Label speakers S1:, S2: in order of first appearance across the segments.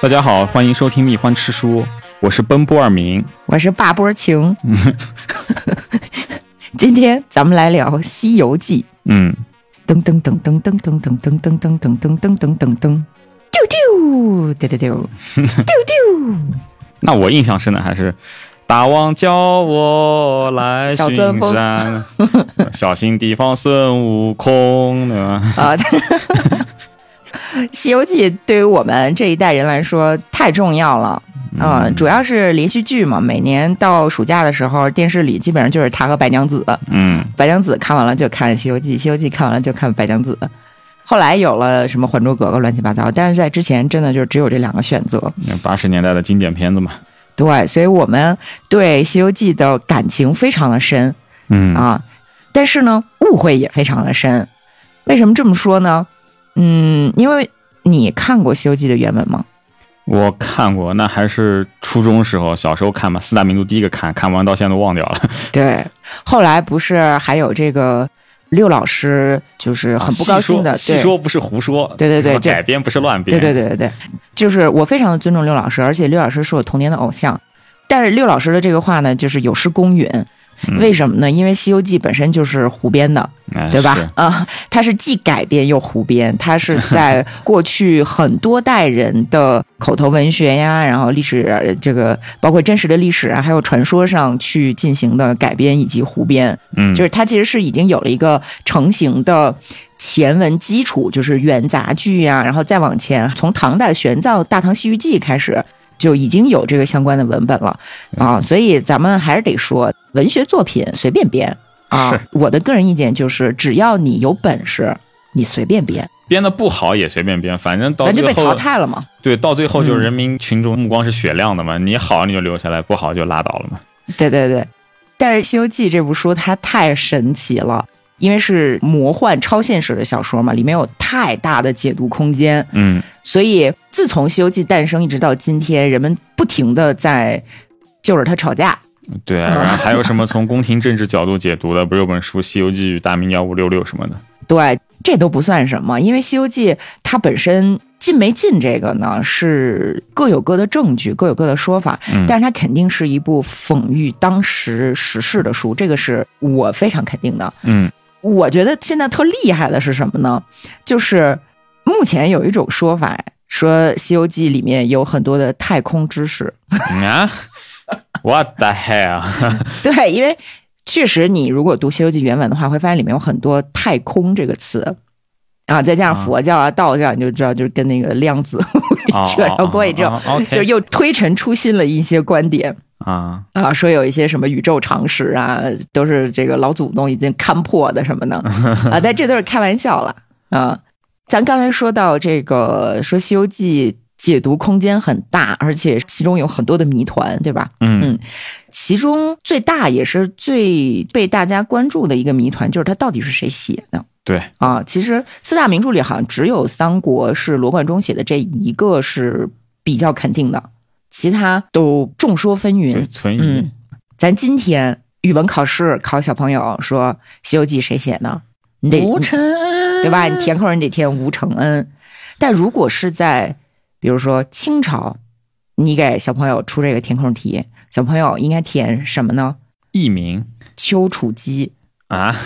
S1: 大家好，欢迎收听《蜜獾吃书》，我是奔波尔明。
S2: 我是霸波情。 今天咱们来聊《西游记
S1: 嗯，》。
S2: 噔噔噔噔噔噔噔噔噔噔噔噔噔噔噔噔，丢丢丢丢丢丢丢，
S1: 那我印象深的还是大王叫我来
S2: 小
S1: 巡
S2: 尊风
S1: 山， 小心提防孙悟空，对吧？
S2: 啊！《西游记》对于我们这一代人来说太重要了。嗯，主要是连续剧嘛，每年到暑假的时候，电视里基本上就是他和白娘子。
S1: 嗯
S2: 白娘子看完了就看《西游记》，《西游记》看完了就看白娘子。后来有了什么《还珠格格》乱七八糟，但是在之前真的就只有这两个选择。
S1: 八十年代的经典片子嘛。
S2: 对，所以我们对《西游记》的感情非常的深
S1: 嗯
S2: 啊，但是呢，误会也非常的深。为什么这么说呢？嗯，因为你看过《西游记》的原文吗？
S1: 我看过，那还是初中时候，小时候看嘛，四大名著第一个看，看完到现在都忘掉了，
S2: 对，后来不是还有这个六老师，就是很不高兴的，
S1: 啊细说
S2: 对
S1: 细说不是胡说，
S2: 对对对
S1: 然后
S2: 这
S1: 改编不是乱编，
S2: 对对对对对，就是我非常的尊重六老师，而且六老师是我童年的偶像。但是六老师的这个话呢，就是有失公允。
S1: 嗯
S2: 为什么呢？因为《西游记》本身就是胡编的，
S1: 哎
S2: 对吧
S1: 是？
S2: 啊，它是既改编又胡编，它是在过去很多代人的口头文学呀，然后历史呃这个包括真实的历史啊，还有传说上去进行的改编以及胡编。
S1: 嗯，
S2: 就是它其实是已经有了一个成型的前文基础，就是元杂剧呀、然后再往前，从唐代玄奘《大唐西域记》开始。就已经有这个相关的文本了
S1: 嗯
S2: 啊，所以咱们还是得说，文学作品随便编啊
S1: 是。
S2: 我的个人意见就是，只要你有本事，你随便编，
S1: 编的不好也随便编，反正到
S2: 咱
S1: 最
S2: 就
S1: 后
S2: 被淘汰了嘛。
S1: 对，到最后就是
S2: 嗯
S1: 人民群众目光是雪亮的嘛，你好你就留下来，不好就拉倒了嘛。
S2: 对对对，但是《西游记》这部书它太神奇了，因为是魔幻超现实的小说嘛，里面有太大的解读空间。
S1: 嗯，
S2: 所以自从《西游记》诞生一直到今天，人们不停的在就着它吵架。
S1: 对啊，
S2: 嗯
S1: 然后还有什么从宫廷政治角度解读的，不是有本书《西游记与大明幺五六六》什么的？
S2: 对，这都不算什么，因为《西游记》它本身进没进这个呢，是各有各的证据，各有各的说法。
S1: 嗯
S2: 但是它肯定是一部讽喻当时时事的书，这个是我非常肯定的。
S1: 嗯
S2: 我觉得现在特厉害的是什么呢？就是目前有一种说法，说《西游记》里面有很多的太空知识。
S1: 嗯啊，What the hell？
S2: 对，因为确实，你如果读《西游记》原文的话，会发现里面有很多“太空”这个词啊，再加上佛教啊、道教，你就知道就是跟那个量子这然后过一阵
S1: 哦哦哦
S2: 就
S1: ，OK
S2: 又推陈出新了一些观点
S1: 啊，
S2: 啊，说有一些什么宇宙常识啊，都是这个老祖宗已经看破的什么的啊，但这都是开玩笑了啊。咱刚才说到这个，说《西游记》解读空间很大，而且其中有很多的谜团，对吧？
S1: 嗯
S2: 嗯其中最大也是最被大家关注的一个谜团，就是它到底是谁写的
S1: 对，
S2: 啊？其实四大名著里好像只有三国是罗贯中写的这一个是比较肯定的，其他都众说纷
S1: 对
S2: 纭。
S1: 存疑
S2: 嗯，，咱今天语文考试考小朋友说《西游记》谁写的？你得
S1: 承恩
S2: 对吧？你填空人得填吴承恩，但如果是在比如说清朝，你给小朋友出这个填空题，小朋友应该填什么呢？
S1: 佚名
S2: 丘处机，
S1: 啊，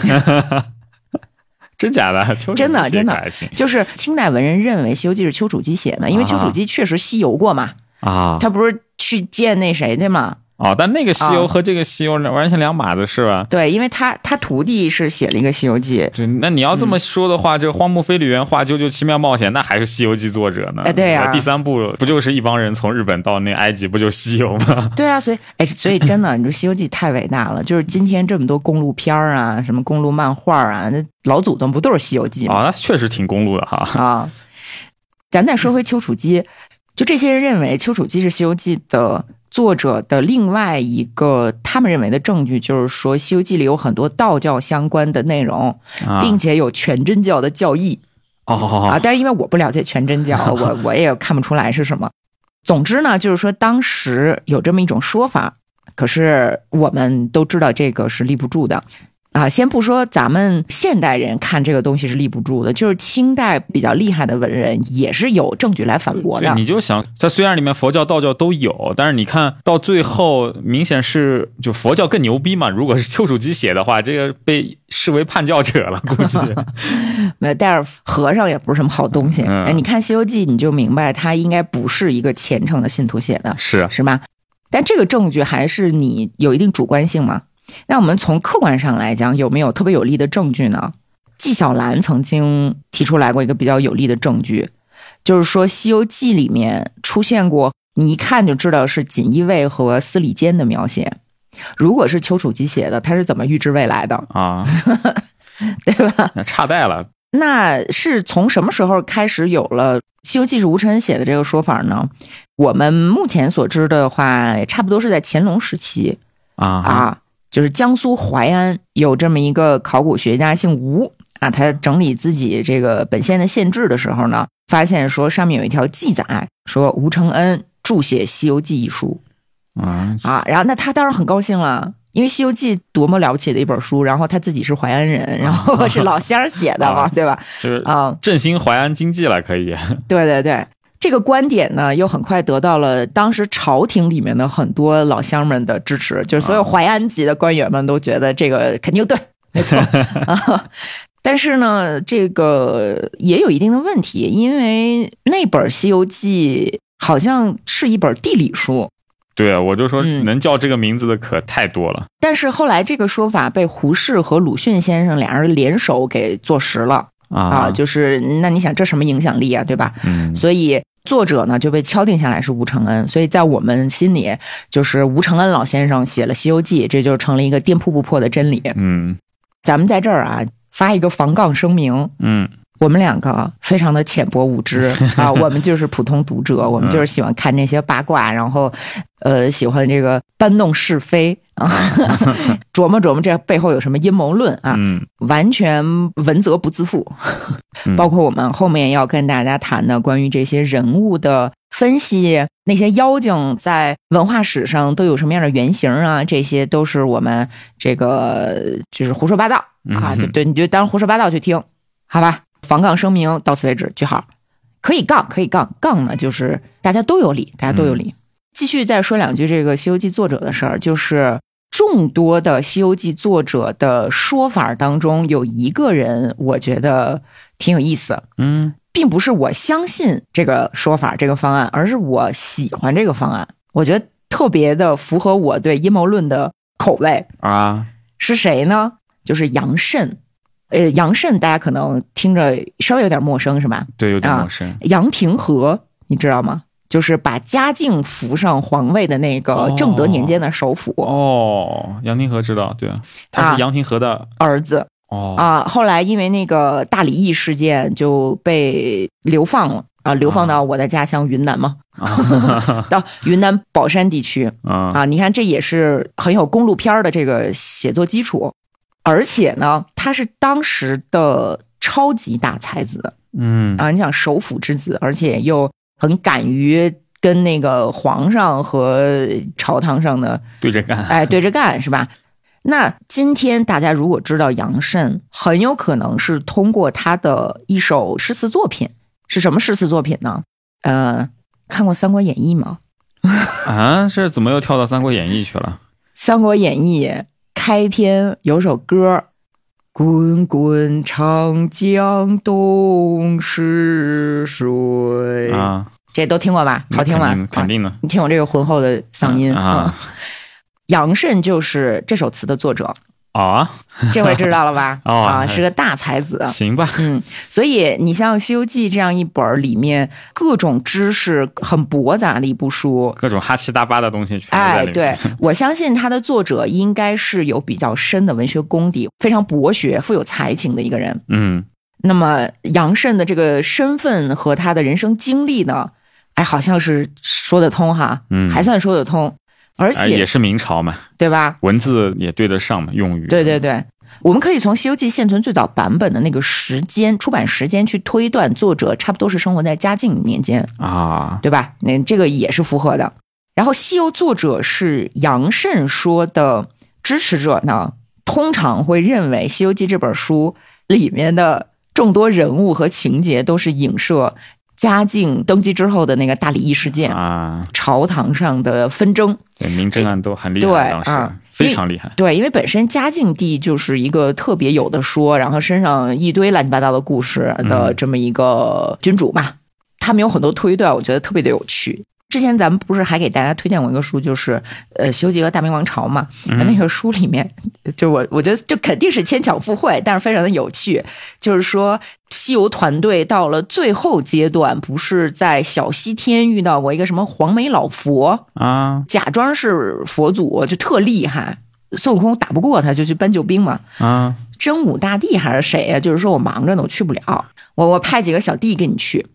S1: 真假的？秋水
S2: 真的
S1: 写
S2: 真的
S1: 可还行
S2: 就是清代文人认为《西游记》是丘处机写的，因为丘处机确实西游过嘛，
S1: 啊
S2: 他不是去见那谁去嘛？
S1: 哦，但那个西游
S2: 啊
S1: 和这个西游完全两码子事吧？
S2: 对，因为他他徒弟是写了一个《西游记》。
S1: 对，那你要这
S2: 嗯
S1: 么说的话，这《荒木飞吕原画《啾啾奇妙冒险》，那还是《西游记》作者呢。
S2: 哎对呀
S1: 第三部不就是一帮人从日本到那埃及，不就西游 吗？
S2: 对啊，所以哎，所以真的，你说《西游记》太伟大了。就是今天这么多公路片儿啊，什么公路漫画啊，那老祖宗不都是《西游记》吗？
S1: 啊，那确实挺公路的 哈。
S2: 啊。咱再说回丘处机，就这些人认为丘处机是《西游记》的作者的另外一个他们认为的证据，就是说《西游记》里有很多道教相关的内容，
S1: 啊，
S2: 并且有全真教的教义
S1: 哦好好
S2: 啊。
S1: 好，
S2: 但是因为我不了解全真教， 我我也看不出来是什么。总之呢，就是说当时有这么一种说法，可是我们都知道这个是立不住的。啊，先不说咱们现代人看这个东西是立不住的，就是清代比较厉害的文人也是有证据来反驳
S1: 对，
S2: 的。
S1: 你就想，在虽然里面佛教、道教都有，但是你看到最后，明显是就佛教更牛逼嘛。如果是丘处机写的话，这个被视为叛教者了，估 计。
S2: 没有，呃但是和尚也不是什么好东西。
S1: 嗯
S2: 哎，你看《西游记》，你就明白他应该不是一个虔诚的信徒写的，
S1: 是，啊
S2: 是吧？但这个证据还是你有一定主观性嘛？那我们从客观上来讲，有没有特别有力的证据呢？纪晓岚曾经提出来过一个比较有力的证据，就是说《西游记》里面出现过，你一看就知道是锦衣卫和司礼监的描写。如果是丘处机写的，他是怎么预知未来的，
S1: 啊，
S2: 对吧？
S1: 那差带了。
S2: 那是从什么时候开始有了《西游记》是吴承恩写的这个说法呢？我们目前所知的话，差不多是在乾隆时期
S1: 啊
S2: 啊，就是江苏淮安有这么一个考古学家，姓吴啊，他整理自己这个本县的县志的时候呢，发现说上面有一条记载，说吴承恩著写《西游记》一书。
S1: 啊
S2: 啊，然后那他当然很高兴了，因为《西游记》多么了不起的一本书，然后他自己是淮安人，然后是老乡儿写的嘛，
S1: 啊
S2: 对吧？
S1: 就是
S2: 啊、
S1: 振兴淮安经济了，可以。
S2: 对对对，这个观点呢，又很快得到了当时朝廷里面的很多老乡们的支持，就是所有
S1: 啊
S2: 淮安籍的官员们都觉得这个肯定对，没错啊。但是呢，这个也有一定的问题，因为那本《西游记》好像是一本地理书，
S1: 对，啊我就说
S2: 嗯
S1: 能叫这个名字的可太多了。
S2: 但是后来这个说法被胡适和鲁迅先生俩人联手给坐实了啊，就是那你想这什么影响力啊，对吧？
S1: 嗯，
S2: 所以作者呢就被敲定下来是吴承恩，所以在我们心里就是吴承恩老先生写了《西游记》，这就成了一个店铺不破的真理。
S1: 嗯
S2: 咱们在这儿啊发一个防杠声明，
S1: 嗯，
S2: 我们两个非常的浅薄无知啊，我们就是普通读者，我们就是喜欢看那些八卦，然后呃喜欢这个搬弄是非啊， 琢磨琢磨这背后有什么阴谋论啊，
S1: 嗯
S2: 完全文责不自负。
S1: 嗯
S2: 包括我们后面要跟大家谈的关于这些人物的分析，那些妖精在文化史上都有什么样的原型啊，这些都是我们这个就是胡说八道。啊，
S1: 嗯
S2: 对对，你就当胡说八道去听，好吧？防杠声明到此为止，句号。可以杠，可以杠，杠呢就是大家都有理，大家都有理。继续再说两句这个《西游记》作者的事儿，就是众多的《西游记》作者的说法当中，有一个人我觉得挺有意思，
S1: 嗯
S2: 并不是我相信这个说法、这个方案，而是我喜欢这个方案，我觉得特别的符合我对阴谋论的口味。
S1: 啊，
S2: 是谁呢？就是杨慎。呃，杨慎大家可能听着稍微有点陌生，是吧？
S1: 对，有点
S2: 啊
S1: 陌生。
S2: 杨廷和，你知道吗？就是把嘉靖扶上皇位的那个
S1: 哦
S2: 正德年间的首辅、
S1: 哦，杨廷和知道，对，他
S2: 啊
S1: 是杨廷和的。
S2: 儿子
S1: 哦
S2: 啊，后来因为那个大礼义事件就被流放了啊，流放到我的家乡云南嘛， 到云南保山地区。
S1: 啊
S2: 啊，你看这也是很有公路片儿的这个写作基础，而且呢，他是当时的超级大才子
S1: 嗯
S2: 啊，你想首辅之子，而且又很敢于跟那个皇上和朝堂上的
S1: 对着干。
S2: 哎对着干，是吧？那今天大家如果知道杨慎，很有可能是通过他的一首诗词作品，是什么诗词作品呢？呃，看过《三国演义》吗？
S1: 啊，这怎么又跳到《三国演义》去了？
S2: 《三国演义》开篇有首歌，滚滚长江东逝水
S1: 啊，
S2: 这都听过吧？
S1: 那
S2: 好听吗
S1: 肯定？肯定的
S2: 啊你听我这个浑厚的嗓音
S1: 啊！
S2: 杨慎就是这首词的 作者，
S1: 啊，
S2: 这回知道了吧？
S1: 哦
S2: 啊，是个大才子。
S1: 行吧，
S2: 嗯，所以你像《西游记》这样一本儿里面各种知识很驳杂的一部书，
S1: 各种哈七搭八的东西全都在
S2: 哎，
S1: 里面。
S2: 对， 我相信他的作者应该是有比较深的文学功底，非常博学、富有才情的一个人。
S1: 嗯，
S2: 那么杨慎的这个身份和他的人生经历呢，哎，好像是说得通哈，
S1: 嗯
S2: 还算说得通，而
S1: 哎，
S2: 且、
S1: 也是明朝嘛，
S2: 对吧？
S1: 文字也对得上嘛，用语。
S2: 对对对。我们可以从《西游记》现存最早版本的那个时间出版时间去推断，作者差不多是生活在嘉靖年间，
S1: 啊，
S2: 对吧？那这个也是符合的。然后西游作者是杨慎说的支持者呢，通常会认为《西游记》这本书里面的众多人物和情节都是影射嘉靖登基之后的那个大礼议事件、
S1: 啊，
S2: 朝堂上的纷争。
S1: 对，明侦案都很厉
S2: 对
S1: 害，当时、
S2: 啊
S1: 非常厉害。
S2: 对，因为本身嘉靖帝就是一个特别有的说，然后身上一堆乱七八糟的故事的
S1: 嗯
S2: 这么一个君主嘛，他们有很多推断，我觉得特别的有趣。之前咱们不是还给大家推荐过一个书，就是呃《西游记》和《大明王朝》嘛？那个书里面，就我我觉得就肯定是牵强附会，但是非常的有趣。就是说，西游团队到了最后阶段，不是在小西天遇到过一个什么黄眉老佛，
S1: 啊
S2: 假装是佛祖，就特厉害。孙悟空打不过他，就去搬救兵嘛。
S1: 啊
S2: 真武大帝还是谁呀、就是说我忙着呢，我去不了。我我派几个小弟跟你去，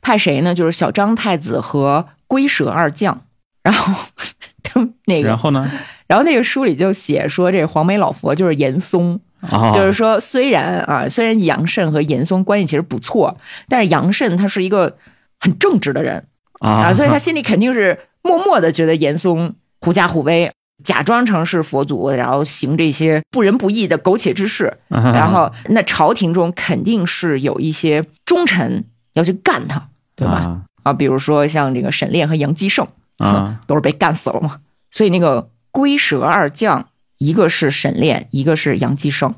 S2: 派谁呢？就是小张太子和龟蛇二将。然后 他们那个，
S1: 然后呢？
S2: 然后那个书里就写说，这黄眉老佛就是严嵩，
S1: 啊，
S2: 就是说虽然啊，虽然杨慎和严嵩关系其实不错，但是杨慎他是一个很正直的人，啊，
S1: 啊，
S2: 所以他心里肯定是默默的觉得严嵩狐假虎威，假装成是佛祖，然后行这些不仁不义的苟且之事。
S1: 啊嗯
S2: 然后那朝廷中肯定是有一些忠臣要去干他，对吧？
S1: 吧？
S2: 啊，比如说像这个沈炼和杨基胜，
S1: 啊
S2: 都是被干死了嘛。所以那个龟蛇二将，一个是沈炼，一个是杨基胜，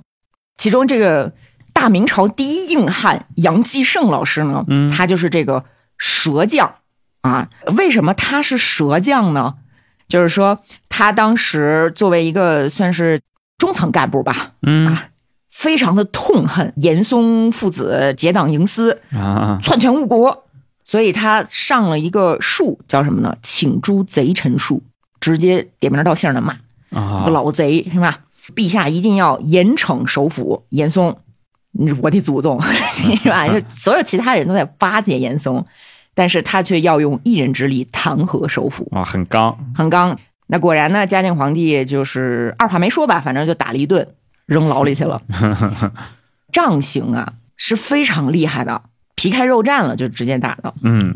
S2: 其中这个大明朝第一硬汉杨基胜老师呢，
S1: 嗯
S2: 他就是这个蛇将啊。为什么他是蛇将呢？就是说他当时作为一个算是中层干部吧，啊
S1: 嗯
S2: 非常的痛恨严嵩父子结党营私，
S1: 啊
S2: 篡权误国，所以他上了一个术，叫什么呢？请诛贼臣术，直接点名道姓的骂
S1: 啊
S2: 个老贼是吧？陛下一定要严惩首辅严嵩，你我的祖宗 是吧？就所有其他人都在巴结严嵩，但是他却要用一人之力弹劾首辅，
S1: 哇，很刚
S2: 很刚。那果然呢，嘉靖皇帝就是二话没说吧，反正就打了一顿，扔牢里去了。杖刑啊是非常厉害的，皮开肉绽了，就直接打的。
S1: 嗯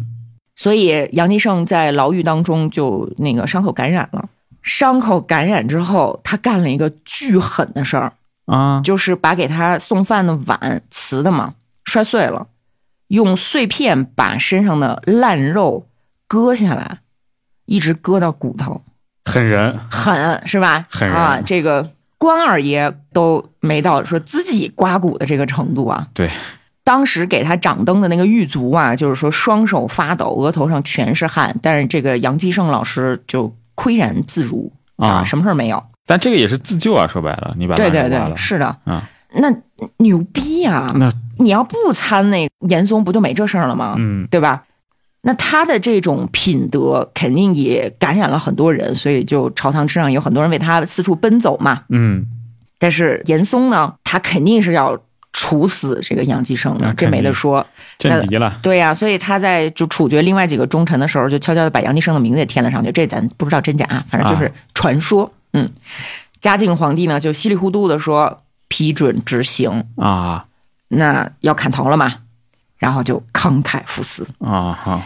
S2: 所以杨继盛在牢狱当中就那个伤口感染了。伤口感染之后，他干了一个巨狠的事儿，
S1: 啊
S2: 就是把给他送饭的碗瓷的嘛摔碎了，用碎片把身上的烂肉割下来，一直割到骨头，
S1: 狠人
S2: 狠是吧？
S1: 狠人
S2: 啊，这个关二爷都没到说自己刮骨的这个程度啊。
S1: 对，
S2: 当时给他掌灯的那个狱卒啊，就是说双手发抖，额头上全是汗，但是这个杨继盛老师就岿然自如
S1: 啊！
S2: 什么事儿没有。
S1: 但这个也是自救啊，说白了，你把
S2: 对
S1: 他
S2: 对
S1: 给挖
S2: 对，
S1: 了
S2: 是的，
S1: 嗯
S2: 那牛逼呀、
S1: 那
S2: 你要不参那严嵩，不就没这事儿了吗？
S1: 嗯
S2: 对吧？那他的这种品德肯定也感染了很多人，所以就朝堂之上有很多人为他四处奔走嘛。
S1: 嗯
S2: 但是严嵩呢，他肯定是要处死这个杨继盛的
S1: 那，
S2: 这
S1: 啊肯定
S2: 没得说。
S1: 政敌了
S2: 对呀、所以他在就处决另外几个忠臣的时候，就悄悄的把杨继盛的名字也添了上去，这咱不知道真假啊，反正就是传说。嗯，嘉靖皇帝呢就稀里糊涂的说批准执行，
S1: 啊
S2: 那要砍头了嘛，然后就慷慨赴死。
S1: 啊哈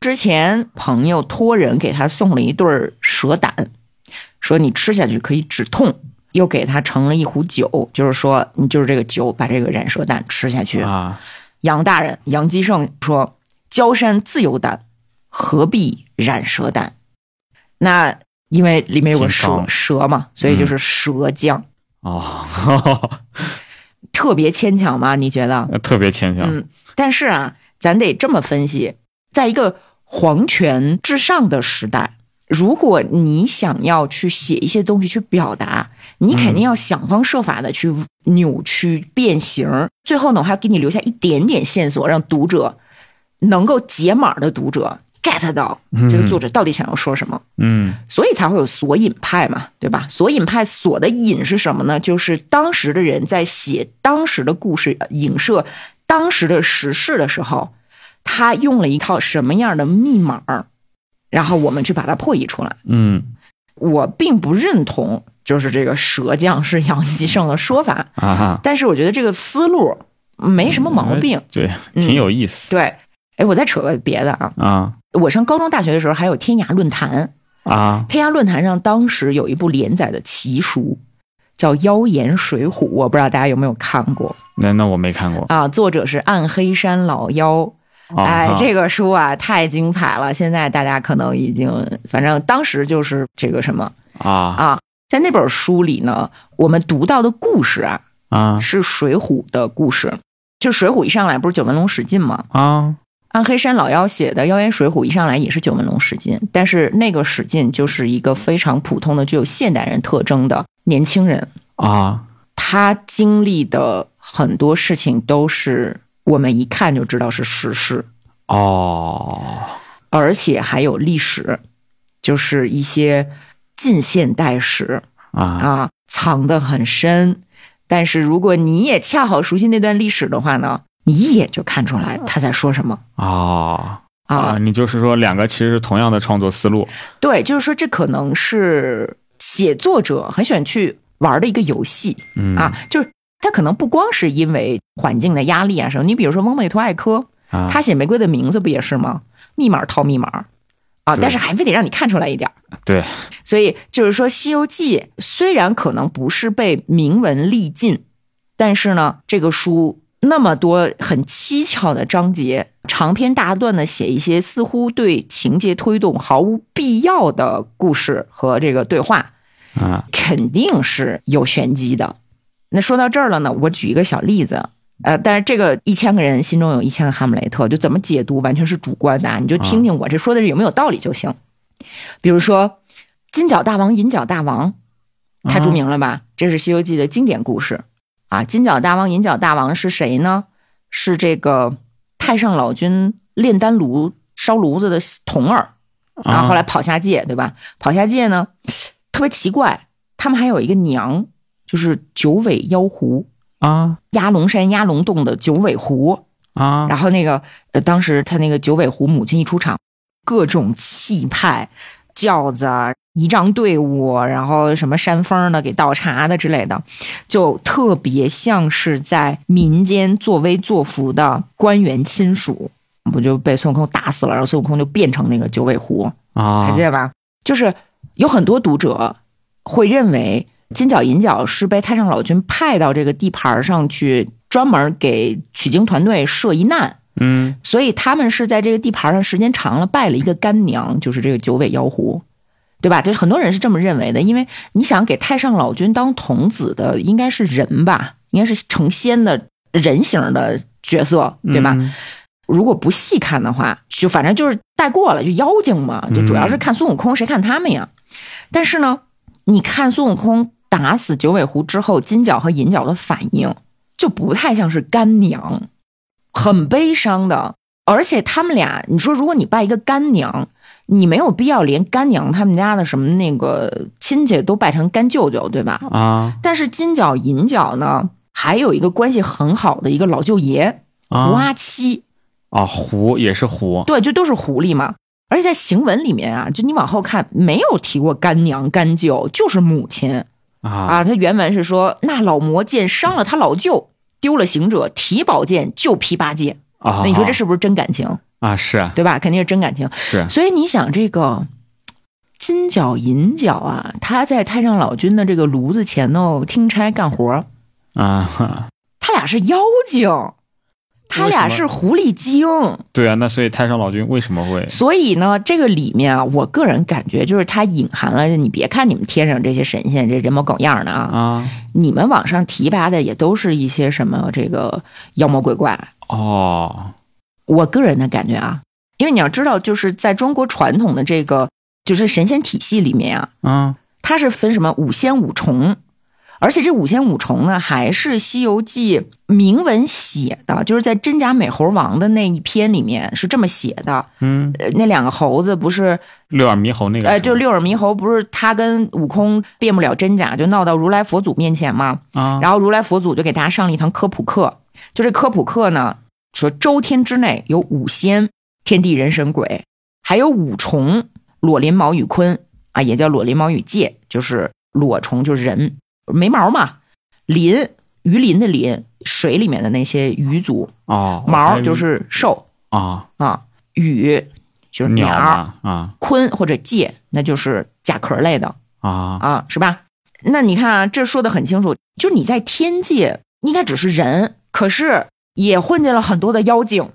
S2: 之前朋友托人给他送了一对儿蛇胆，说你吃下去可以止痛，又给他盛了一壶酒，就是说你就是这个酒把这个染蛇胆吃下去。
S1: 啊
S2: 杨大人杨基胜说：“焦山自有胆，何必染蛇胆？”那因为里面有个
S1: 挺嗯
S2: 蛇
S1: 刚
S2: 蛇嘛，所以就是蛇将，
S1: 哦，
S2: 特别牵强吗？你觉得？
S1: 特别牵强
S2: 嗯，但是啊，咱得这么分析，在一个皇权至上的时代，如果你想要去写一些东西去表达，你肯定要想方设法的去扭曲变形，最后呢，我还要给你留下一点点线索，让读者能够解码的读者 get 到这个作者到底想要说什么。
S1: 嗯
S2: 所以才会有索引派嘛，对吧？索引派索的引是什么呢？就是当时的人在写当时的故事，呃影射当时的时事的时候，他用了一套什么样的密码儿，然后我们去把它破译出来。
S1: 嗯
S2: 我并不认同，就是这个蛇将是杨继盛的说法，
S1: 啊哈，
S2: 但是我觉得这个思路没什么毛病。
S1: 对，
S2: 嗯
S1: 挺有意思
S2: 对，哎，我再扯个别的啊，
S1: 啊
S2: 我上高中、大学的时候还有天涯论坛，
S1: 啊
S2: 天涯论坛上当时有一部连载的奇书，叫《妖言水浒》，我不知道大家有没有看过
S1: 那那我没看过。
S2: 啊？作者是暗黑山老妖。
S1: 啊
S2: 哎
S1: 啊，
S2: 这个书啊太精彩了！现在大家可能已经，反正当时就是这个什么
S1: 啊
S2: 啊，在那本书里呢，我们读到的故事啊，
S1: 啊
S2: 是《水浒》的故事。就《水浒》一上来不是九纹龙史进吗？
S1: 啊！
S2: 暗黑山老妖写的《妖言水浒》一上来也是九纹龙史进，但是那个史进就是一个非常普通的、具有现代人特征的年轻人，
S1: 啊，
S2: 他经历的很多事情都是我们一看就知道是实事，
S1: 哦，
S2: 而且还有历史，就是一些近现代史
S1: 啊
S2: 啊，藏得很深。但是如果你也恰好熟悉那段历史的话呢，你一眼就看出来他在说什么
S1: 啊
S2: 啊
S1: 啊！。你就是说两个其实是同样的创作思路
S2: 对，就是说这可能是写作者很喜欢去玩的一个游戏
S1: 嗯
S2: 啊，就是。他可能不光是因为环境的压力啊什么，你比如说翁美图艾科，
S1: 啊
S2: 他写《玫瑰的名字》不也是吗？密码套密码啊，
S1: 对
S2: 但是还非得让你看出来一点儿。
S1: 对
S2: 所以就是说，《西游记》虽然可能不是被明文历尽，但是呢，这个书那么多很蹊跷的章节，长篇大段的写一些似乎对情节推动毫无必要的故事和这个对话，
S1: 啊
S2: 肯定是有玄机的。那说到这儿了呢，我举一个小例子。呃，但是这个一千个人心中有一千个哈姆雷特，就怎么解读完全是主观的啊！你就听听我这说的有没有道理就行。比如说，金角大王、银角大王，太著名了吧？这是《西游记》的经典故事啊！金角大王、银角大王是谁呢？是这个太上老君炼丹炉烧炉子的童儿，然
S1: 啊
S2: 后后来跑下界，对吧？跑下界呢，特别奇怪，他们还有一个娘，就是九尾妖狐，
S1: 啊
S2: 压龙山压龙洞的九尾狐。
S1: 啊
S2: 然后那个呃，当时他那个九尾狐母亲一出场，各种气派，轿子啊仪仗队伍，然后什么扇风的、给倒茶的之类的，就特别像是在民间作威作福的官员亲属，不就被孙悟空打死了，然后孙悟空就变成那个九尾狐。
S1: 啊！
S2: 还记得吧？就是有很多读者会认为金角银角是被太上老君派到这个地盘上去，专门给取经团队设一难，
S1: 嗯
S2: 所以他们是在这个地盘上时间长了拜了一个干娘，就是这个九尾妖狐。对吧？就是很多人是这么认为的，因为你想给太上老君当童子的，应该是人吧，应该是成仙的人形的角色，对吧？
S1: 嗯
S2: 如果不细看的话，就反正就是带过了，就妖精嘛，就主要是看孙悟空，谁看他们呀？但是呢，你看孙悟空打死九尾狐之后，金角和银角的反应就不太像是干娘，很悲伤的。而且他们俩，你说如果你拜一个干娘，你没有必要连干娘他们家的什么那个亲戚都拜成干舅舅，对吧？
S1: 啊
S2: 但是金角银角呢，还有一个关系很好的一个老舅爷胡
S1: 啊
S2: 阿七。
S1: 啊！狐也是狐
S2: 对，就都是狐狸嘛。而且在行文里面啊，就你往后看，没有提过干娘、干舅，就是母亲
S1: 啊
S2: 啊。他原文是说，那老魔剑伤了他老舅，丢了行者，提宝剑救劈八戒。
S1: 啊！
S2: 那你说这
S1: 是
S2: 是不是真感情，
S1: 啊？是啊
S2: 对吧？肯定是真感情。
S1: 是
S2: 所以你想，这个金角银角啊，他在太上老君的这个炉子前头听差干活，
S1: 啊！
S2: 他俩是妖精，他俩
S1: 为什
S2: 是狐狸精。
S1: 对啊，那所以太上老君为什么会
S2: 所以呢，这个里面啊，我个人感觉就是它隐含了，你别看你们天上这些神仙这人模狗样的啊，
S1: 啊？
S2: 你们往上提拔的也都是一些什么这个妖魔鬼怪。
S1: 哦
S2: 我个人的感觉啊，因为你要知道，就是在中国传统的这个就是神仙体系里面啊，
S1: 啊
S2: 它是分什么五仙五重，而且这五仙五重呢，还是《西游记》明文写的，就是在真假美猴王的那一篇里面是这么写的。
S1: 嗯，
S2: 呃，那两个猴子不是
S1: 六耳猕猴那个
S2: 呃，
S1: 是
S2: 就
S1: 吗
S2: 六耳猕猴不是他跟悟空变不了真假，就闹到如来佛祖面前嘛。
S1: 啊
S2: 然后如来佛祖就给大家上了一堂科普课，就这科普课呢，说周天之内有五仙、天地人神鬼，还有五虫裸鳞毛与鲲啊，也叫裸鳞毛与介，就是裸虫就是人没毛嘛，鳞鱼鳞的鳞，水里面的那些鱼族，
S1: 哦
S2: 毛就是兽
S1: 啊
S2: 啊，羽就是鸟
S1: 鸟嘛啊
S2: 鲲或者介，那就是甲壳类的
S1: 啊
S2: 啊，是吧？那你看啊，这说的很清楚，就是你在天界应该只是人，可是也混进了很多的妖精。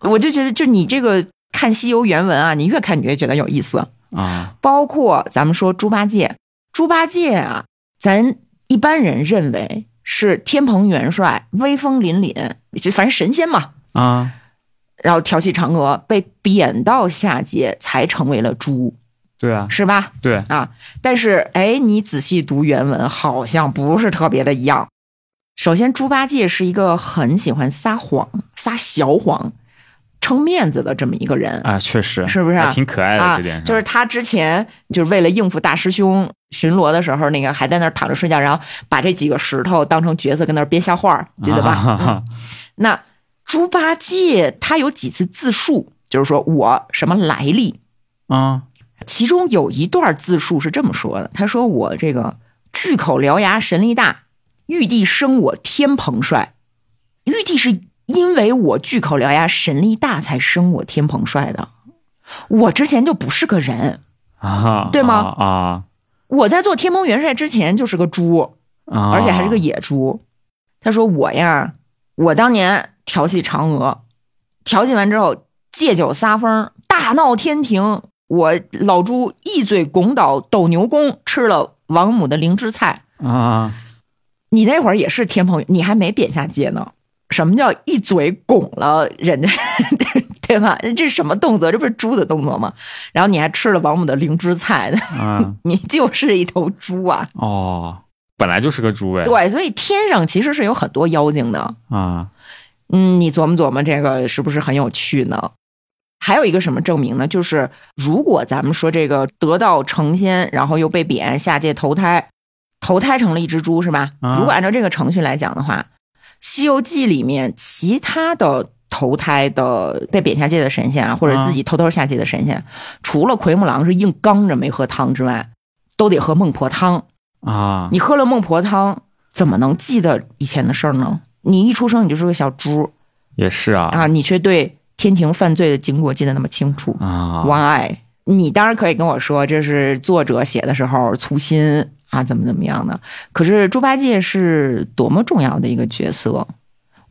S2: 我就觉得，就你这个看西游原文啊，你越看你越觉得有意思。
S1: 啊，
S2: 包括咱们说猪八戒，猪八戒啊，咱一般人认为是天蓬元帅，威风凛凛，就反正神仙嘛。
S1: 啊，
S2: 然后调戏嫦娥，被贬到下界才成为了猪，
S1: 对啊，
S2: 是吧？
S1: 对，
S2: 啊，但是哎，你仔细读原文，好像不是特别的一样。首先，猪八戒是一个很喜欢撒谎、撒小谎、撑面子的这么一个人
S1: 啊，确实，
S2: 是不是啊
S1: 还挺可爱的
S2: 啊
S1: 哎这点，上？
S2: 就是他之前就是为了应付大师兄巡逻的时候，那个还在那儿躺着睡觉，然后把这几个石头当成角色跟那儿编瞎话儿，记得吧？嗯
S1: 啊
S2: 那猪八戒他有几次自述，就是说我什么来历，
S1: 啊
S2: 其中有一段自述是这么说的：他说我这个巨口獠牙，神力大，玉帝生我天蓬帅。玉帝是因为我巨口獠牙，神力大才生我天蓬帅的。我之前就不是个人，
S1: 啊，
S2: 对吗
S1: 啊
S2: 我在做天蓬元帅之前就是个猪，
S1: 啊，
S2: 而且还是个野猪。他说我呀，我当年调戏嫦娥，调戏完之后借酒撒疯，大闹天庭。我老猪一嘴拱倒斗牛宫，吃了王母的灵芝菜。
S1: 啊
S2: 你那会儿也是天蓬，你还没贬下界呢。什么叫一嘴拱了人家， 对吧？这是什么动作？这不是猪的动作吗？然后你还吃了王母的灵芝菜，
S1: 啊
S2: 你就是一头猪啊！
S1: 哦，本来就是个猪哎，
S2: 对，所以天上其实是有很多妖精的。
S1: 啊
S2: 嗯，你琢磨琢磨，这个是不是很有趣呢？还有一个什么证明呢？就是如果咱们说这个得道成仙，然后又被贬下界投胎，投胎成了一只猪，是吧？
S1: 啊
S2: 如果按照这个程序来讲的话，西游记》里面其他的投胎的被贬下界的神仙啊，或者
S1: 啊
S2: 自己偷偷下界的神仙，除了奎木狼是硬刚着没喝汤之外，都得喝孟婆汤。
S1: 啊
S2: 你喝了孟婆汤，怎么能记得以前的事儿呢？你一出生你就是个小猪
S1: 也是啊
S2: 啊，你却对天庭犯罪的经过记得那么清楚
S1: 啊
S2: ，why？你当然可以跟我说这是作者写的时候粗心啊，怎么怎么样的。可是猪八戒是多么重要的一个角色，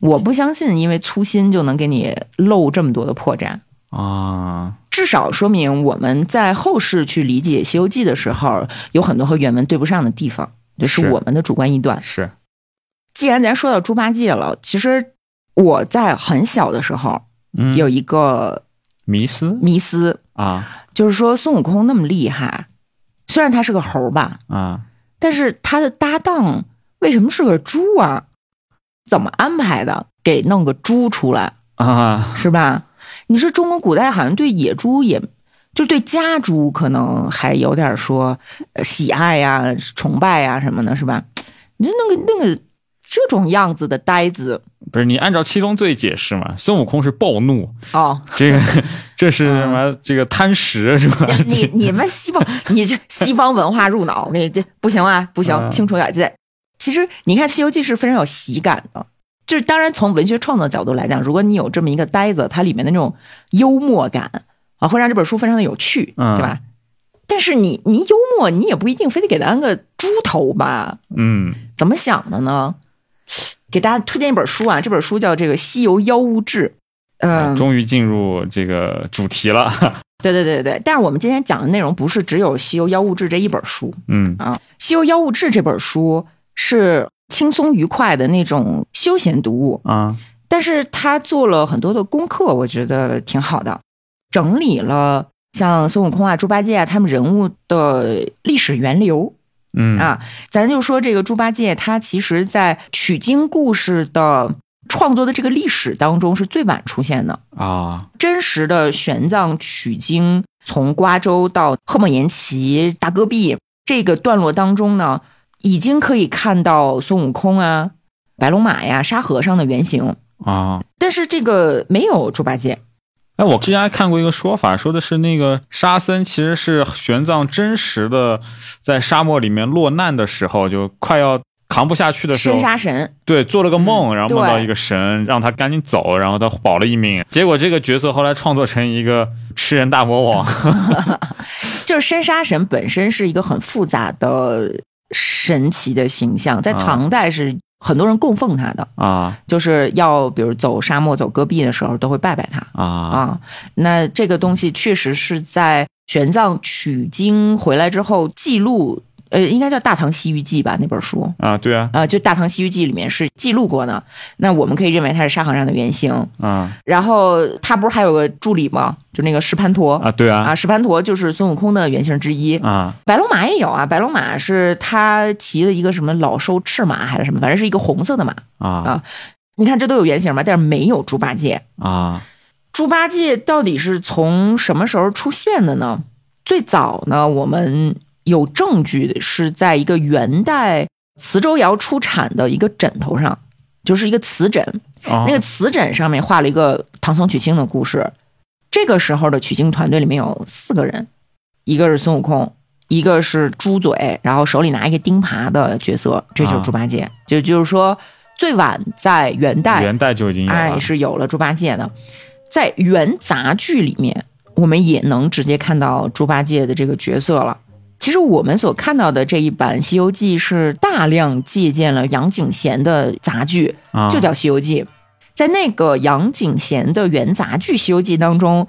S2: 我不相信因为粗心就能给你露这么多的破绽。
S1: 啊
S2: 至少说明我们在后世去理解《西游记》的时候，有很多和原文对不上的地方，这是
S1: 是
S2: 我们的主观臆断。
S1: 是
S2: 既然咱说到猪八戒了，其实我在很小的时候
S1: 嗯
S2: 有一个
S1: 迷思
S2: 迷思，
S1: 啊
S2: 就是说孙悟空那么厉害，虽然他是个猴儿吧，
S1: 啊
S2: 但是他的搭档为什么是个猪啊？怎么安排的？给弄个猪出来
S1: 啊
S2: 是吧？你说中国古代好像对野猪也，就是对家猪可能还有点说呃喜爱呀、崇拜呀什么的，是吧？你就弄个弄个这种样子的呆子
S1: 不是你按照七宗罪解释嘛？孙悟空是暴怒，
S2: 哦，
S1: 这 个这是什
S2: 嗯
S1: 么？这个贪食是吧？
S2: 你你们西方，你这西方文化入脑，我跟你这不行啊，不行，
S1: 嗯
S2: 清楚点儿。这其实你看《西游记》是非常有喜感的，就是当然从文学创作角度来讲，如果你有这么一个呆子，它里面的那种幽默感啊，会让这本书非常的有趣，
S1: 嗯
S2: 对吧？但是你你幽默，你也不一定非得给他安个猪头吧？
S1: 嗯
S2: 怎么想的呢？给大家推荐一本书啊，这本书叫这个《西游妖物志》，嗯，
S1: 终于进入这个主题了，
S2: 对对对对对，但是我们今天讲的内容不是只有《西游妖物志》这一本书，
S1: 嗯
S2: 啊，《西游妖物志》这本书是轻松愉快的那种休闲读物，
S1: 啊
S2: 但是他做了很多的功课，我觉得挺好的，整理了像孙悟空啊、猪八戒啊他们人物的历史源流
S1: 嗯
S2: 啊。咱就说这个猪八戒，他其实在取经故事的创作的这个历史当中是最晚出现的。
S1: 啊
S2: 真实的玄奘取经，从瓜州到赫莫延齐、大戈壁这个段落当中呢，已经可以看到孙悟空啊、白龙马呀、沙和尚的原型，
S1: 啊！
S2: 但是这个没有猪八戒。
S1: 哎，我之前还看过一个说法，说的是那个沙僧其实是玄奘真实的在沙漠里面落难的时候，就快要扛不下去的时
S2: 深
S1: 候，
S2: 沙神
S1: 对，做了个梦，然后梦
S2: 对
S1: 到一个神，让他赶紧走，然后他保了一命。结果这个角色后来创作成一个吃人大魔王
S2: 就是深沙神本身是一个很复杂的神奇的形象，在
S1: 啊
S2: 唐代是很多人供奉他的，
S1: 啊
S2: 就是要比如走沙漠、走戈壁的时候都会拜拜他
S1: 啊
S2: 啊。那这个东西确实是在玄奘取经回来之后记录，呃，应该叫《大唐西域记》吧那本书。
S1: 啊！对啊，
S2: 啊、就《大唐西域记》里面是记录过的，那我们可以认为他是沙和尚的原型。
S1: 啊
S2: 然后他不是还有个助理吗？就那个石盘陀
S1: 啊，对啊
S2: 啊，石盘陀就是孙悟空的原型之一。
S1: 啊
S2: 白龙马也有啊，白龙马是他骑的一个什么老兽赤马还是什么，反正是一个红色的马。
S1: 啊
S2: 你看这都有原型吧，但是没有猪八戒。
S1: 啊
S2: 猪八戒到底是从什么时候出现的呢？最早呢，我们有证据是在一个元代磁州窑出产的一个枕头上，就是一个瓷枕，
S1: 啊！
S2: 那个瓷枕上面画了一个唐僧取经的故事。这个时候的取经团队里面有四个人，一个是孙悟空，一个是猪嘴，然后手里拿一个钉耙的角色，这就是猪八戒。就就是说，最晚在元代，
S1: 元代就已经有
S2: 哎
S1: 了
S2: 是有了猪八戒的，在元杂剧里面，我们也能直接看到猪八戒的这个角色了。其实我们所看到的这一版《西游记》是大量借鉴了杨景贤的杂剧，
S1: 啊，
S2: 就叫《西游记》。在那个杨景贤的元杂剧《西游记》当中，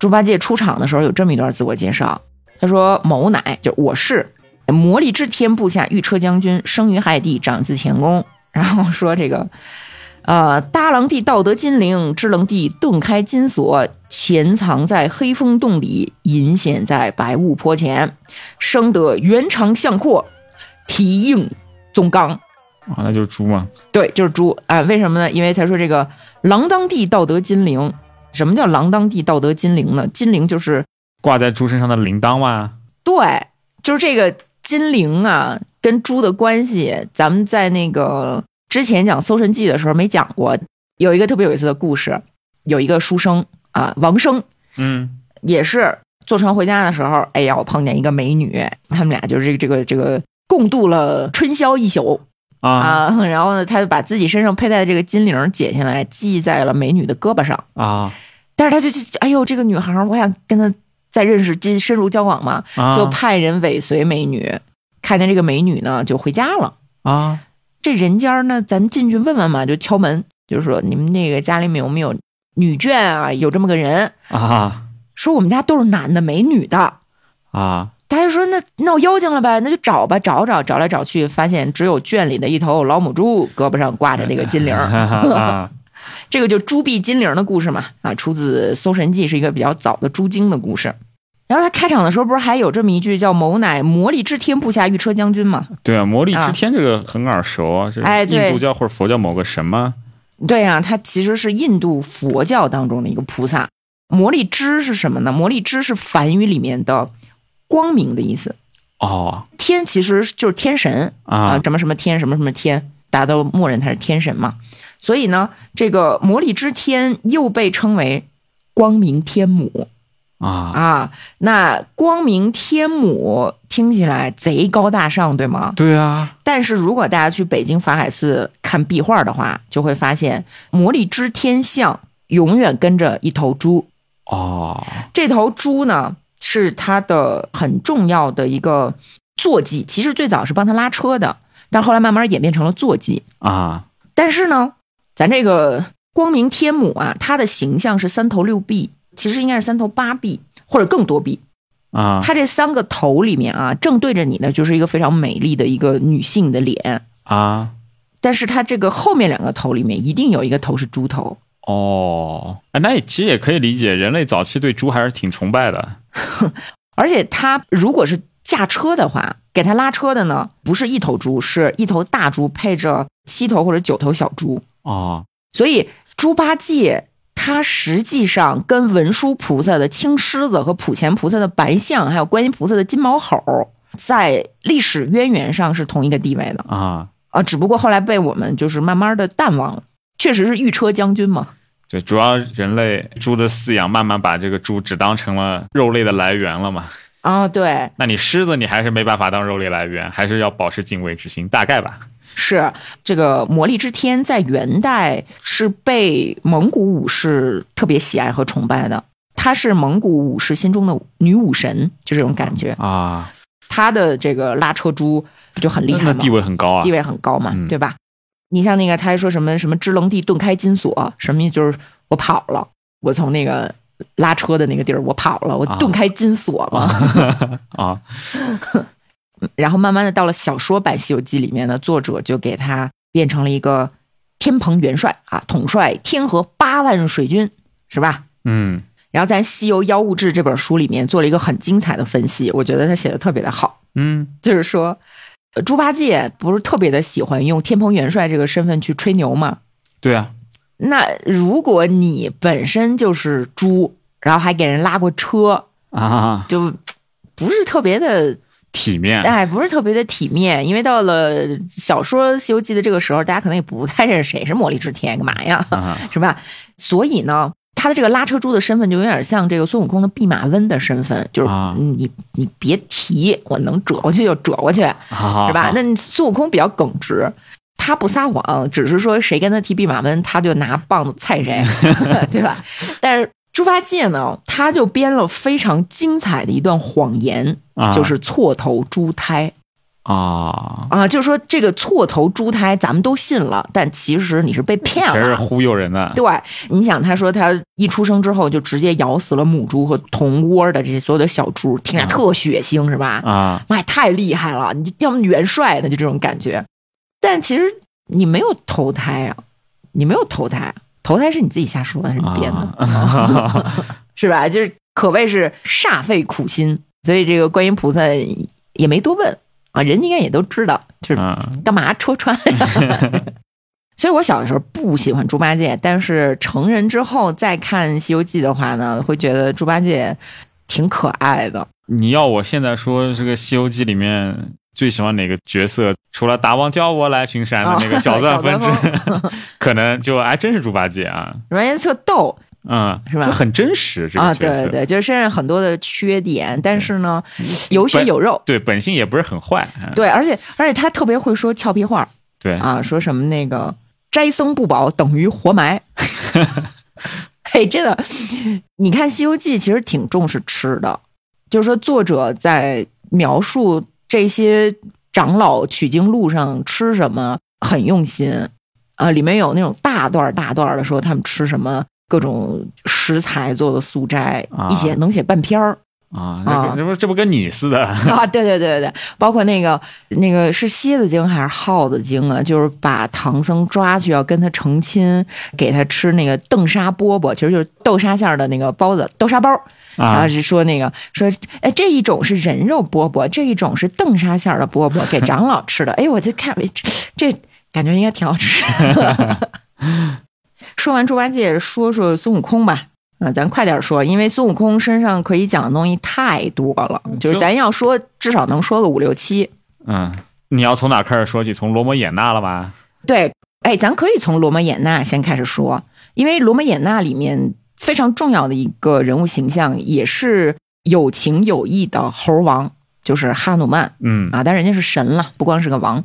S2: 猪八戒出场的时候有这么一段自我介绍，他说：“某乃就我是魔力之天部下御车将军，生于海地，长自乾宫。”然后说这个。呃，搭郎帝道德金陵，支棱帝顿开金锁，潜藏在黑风洞里，隐显在白雾坡前，生得圆长相阔，蹄硬鬃刚，
S1: 啊，那就是猪嘛
S2: 对，就是猪啊、为什么呢？因为他说这个“郎当地道德金铃”，什么叫“郎当地道德金铃”呢？金铃就是
S1: 挂在猪身上的铃铛嘛。
S2: 对，就是这个金铃啊，跟猪的关系，咱们在那个之前讲《搜神记》的时候没讲过，有一个特别有意思的故事，有一个书生啊，王生
S1: 嗯
S2: 也是坐船回家的时候，哎呀，我碰见一个美女，他们俩就是这个这个这个共度了春宵一宿。
S1: 啊
S2: 啊， 然后呢，他就把自己身上佩戴的这个金铃儿解下来，系在了美女的胳膊上。
S1: 啊
S2: 但是他就去，哎呦，这个女孩儿，我想跟她再认识、进深入交往嘛，
S1: 啊！
S2: 就派人尾随美女，看见这个美女呢，就回家了。
S1: 啊
S2: 这人家儿呢，咱们进去问问嘛，就敲门，就说你们那个家里面有没有女眷啊？有这么个人，
S1: 啊
S2: 说我们家都是男的，没女的。
S1: 啊
S2: 他就说那闹妖精了呗，那就找吧，找找找来找去，发现只有圈里的一头老母猪胳膊上挂着那个金铃儿。
S1: 啊
S2: 这个就朱碧金铃的故事嘛，啊，出自《搜神记》，是一个比较早的朱经的故事。然后他开场的时候不是还有这么一句叫“某乃魔力之天部下御车将军”吗？
S1: 对啊，魔力之天这个很耳熟啊，这
S2: 哎
S1: 是
S2: 对
S1: 印度教或者佛教某个神嘛
S2: 对啊，他其实是印度佛教当中的一个菩萨。魔力之是什么呢？魔力之是梵语里面的光明的意思。
S1: 哦
S2: 天其实就是天神啊，
S1: 啊
S2: 什么什么天，什么什么天，大家都默认他是天神嘛。所以呢，这个魔力之天又被称为光明天母。
S1: 啊，
S2: 啊，那光明天母听起来贼高大上，对吗？
S1: 对啊
S2: 但是如果大家去北京法海寺看壁画的话，就会发现魔力之天像永远跟着一头猪，
S1: 哦
S2: 这头猪呢是他的很重要的一个坐骑，其实最早是帮他拉车的，但后来慢慢演变成了坐骑。
S1: 啊
S2: 但是呢，咱这个光明天母啊，它的形象是三头六臂，其实应该是三头八臂或者更多臂。
S1: 啊
S2: 它这三个头里面啊，正对着你的就是一个非常美丽的一个女性的脸，
S1: 啊
S2: 但是它这个后面两个头里面一定有一个头是猪头。
S1: 哦，哎，那也其实也可以理解，人类早期对猪还是挺崇拜的
S2: 而且它如果是驾车的话，给它拉车的呢，不是一头猪，是一头大猪配着七头或者九头小猪。
S1: 哦
S2: 所以猪八戒他实际上跟文殊菩萨的青狮子和普贤菩萨的白象，还有观音菩萨的金毛猴，在历史渊源上是同一个地位的。
S1: 啊，
S2: 啊，只不过后来被我们就是慢慢的淡忘了。确实是御车将军嘛，
S1: 对，主要人类猪的饲养慢慢把这个猪只当成了肉类的来源了嘛。
S2: 啊，对，
S1: 那你狮子你还是没办法当肉类来源，还是要保持敬畏之心，大概吧。
S2: 是这个魔力之天在元代是被蒙古武士特别喜爱和崇拜的，她是蒙古武士心中的女武神，就这种感觉。
S1: 啊
S2: 她的这个拉车猪不就很厉害
S1: 那
S2: 吗？
S1: 地位很高啊
S2: 地。位很高嘛，
S1: 嗯
S2: 对吧？你像那个，他还说什么什么支棱地顿开金锁，什么意思就是我跑了，我从那个拉车的那个地儿我跑了，我
S1: 啊
S2: 顿开金锁了。
S1: 啊 啊，
S2: 然后慢慢的到了小说版《西游记》里面呢，作者就给他变成了一个天蓬元帅啊，统帅天河八万水军，是吧？
S1: 嗯
S2: 然后在《西游妖物志》这本书里面做了一个很精彩的分析，我觉得他写的特别的好。
S1: 嗯
S2: 就是说，呃猪八戒不是特别的喜欢用天蓬元帅这个身份去吹牛嘛？
S1: 对啊，
S2: 那如果你本身就是猪，然后还给人拉过车，
S1: 啊，
S2: 就不是特别的，
S1: 体面，
S2: 哎，不是特别的体面。因为到了小说《西游记》的这个时候，大家可能也不太认识谁是魔力之天，干嘛呀，
S1: 啊
S2: 是吧？所以呢。他的这个拉车猪的身份就有点像这个孙悟空的弼马温的身份，就是
S1: 啊
S2: 嗯你你别提，我能折过去就折过去，
S1: 啊，
S2: 是吧
S1: 啊？
S2: 那你孙悟空比较耿直，他不撒谎，只是说谁跟他提弼马温，他就拿棒子 菜谁，对吧？但是猪八戒呢，他就编了非常精彩的一段谎言，
S1: 啊
S2: 就是错头猪胎
S1: 啊，
S2: 啊，就是说这个错头猪胎咱们都信了，但其实你是被骗
S1: 全是
S2: 了。
S1: 忽悠人啊的，
S2: 啊对，你想，他说他一出生之后就直接咬死了母猪和同窝的这些所有的小猪，听着
S1: 啊
S2: 特血腥，是吧？
S1: 啊，
S2: 妈呀，太厉害了！你要么元帅的就这种感觉，但其实你没有投胎啊，你没有投胎，投胎是你自己瞎说的，是你编的，
S1: 啊
S2: 是吧？就是可谓是煞费苦心，所以这个观音菩萨也没多问啊，人应该也都知道， 就是
S1: 嗯
S2: 干嘛戳穿 呀？所以我小的时候不喜欢猪八戒，但是成人之后再看《西游记》的话呢，会觉得猪八戒挺可爱的。
S1: 你要我现在说这个《西游记》里面最喜欢哪个角色？除了大王叫我来巡山的那个
S2: 哦
S1: 小钻分
S2: 小
S1: 支， 可能就还真是猪八戒啊，
S2: 猪八戒特 逗，
S1: 嗯，
S2: 是吧
S1: 就很真实这
S2: 啊，
S1: 个
S2: 对
S1: 角色，
S2: 对对，就是身上很多的缺点，但是呢，有血
S1: 本
S2: 有肉。
S1: 嗯对本性也不是很坏，嗯
S2: 对，而且而且他特别会说俏皮话
S1: 对
S2: 啊，说什么那个斋僧不保等于活 埋。嘿，真的，你看《西游记》其实挺重视吃的，就是说作者在描述这些长老取经路上吃什么很用心啊，里面有那种大段儿大段儿的说他们吃什么各种食材做的素斋，
S1: 啊
S2: 一写能写半篇儿。
S1: 啊，那
S2: 啊
S1: 个这不这不跟你似的，
S2: 啊，对对对对对，包括那个那个是蝎子精还是耗子精啊？就是把唐僧抓去要跟他成亲，给他吃那个豆沙饽饽，其实就是豆沙馅儿的那个包子，豆沙包。然
S1: 啊
S2: 后是说那个说，哎，这一种是人肉饽饽，这一种是豆沙馅儿的饽饽，给长老吃的。哎，我就看这这感觉应该挺好吃。说完猪八戒，说说孙悟空吧。啊，咱快点说，因为孙悟空身上可以讲的东西太多了，就是咱要说，至少能说个五六七。
S1: 嗯，你要从哪开始说起？从罗摩衍那了吧？
S2: 对，哎，咱可以从罗摩衍那先开始说，因为罗摩衍那里面非常重要的一个人物形象，也是有情有义的猴王，就是哈努曼
S1: 嗯
S2: 啊，但人家是神了，不光是个王。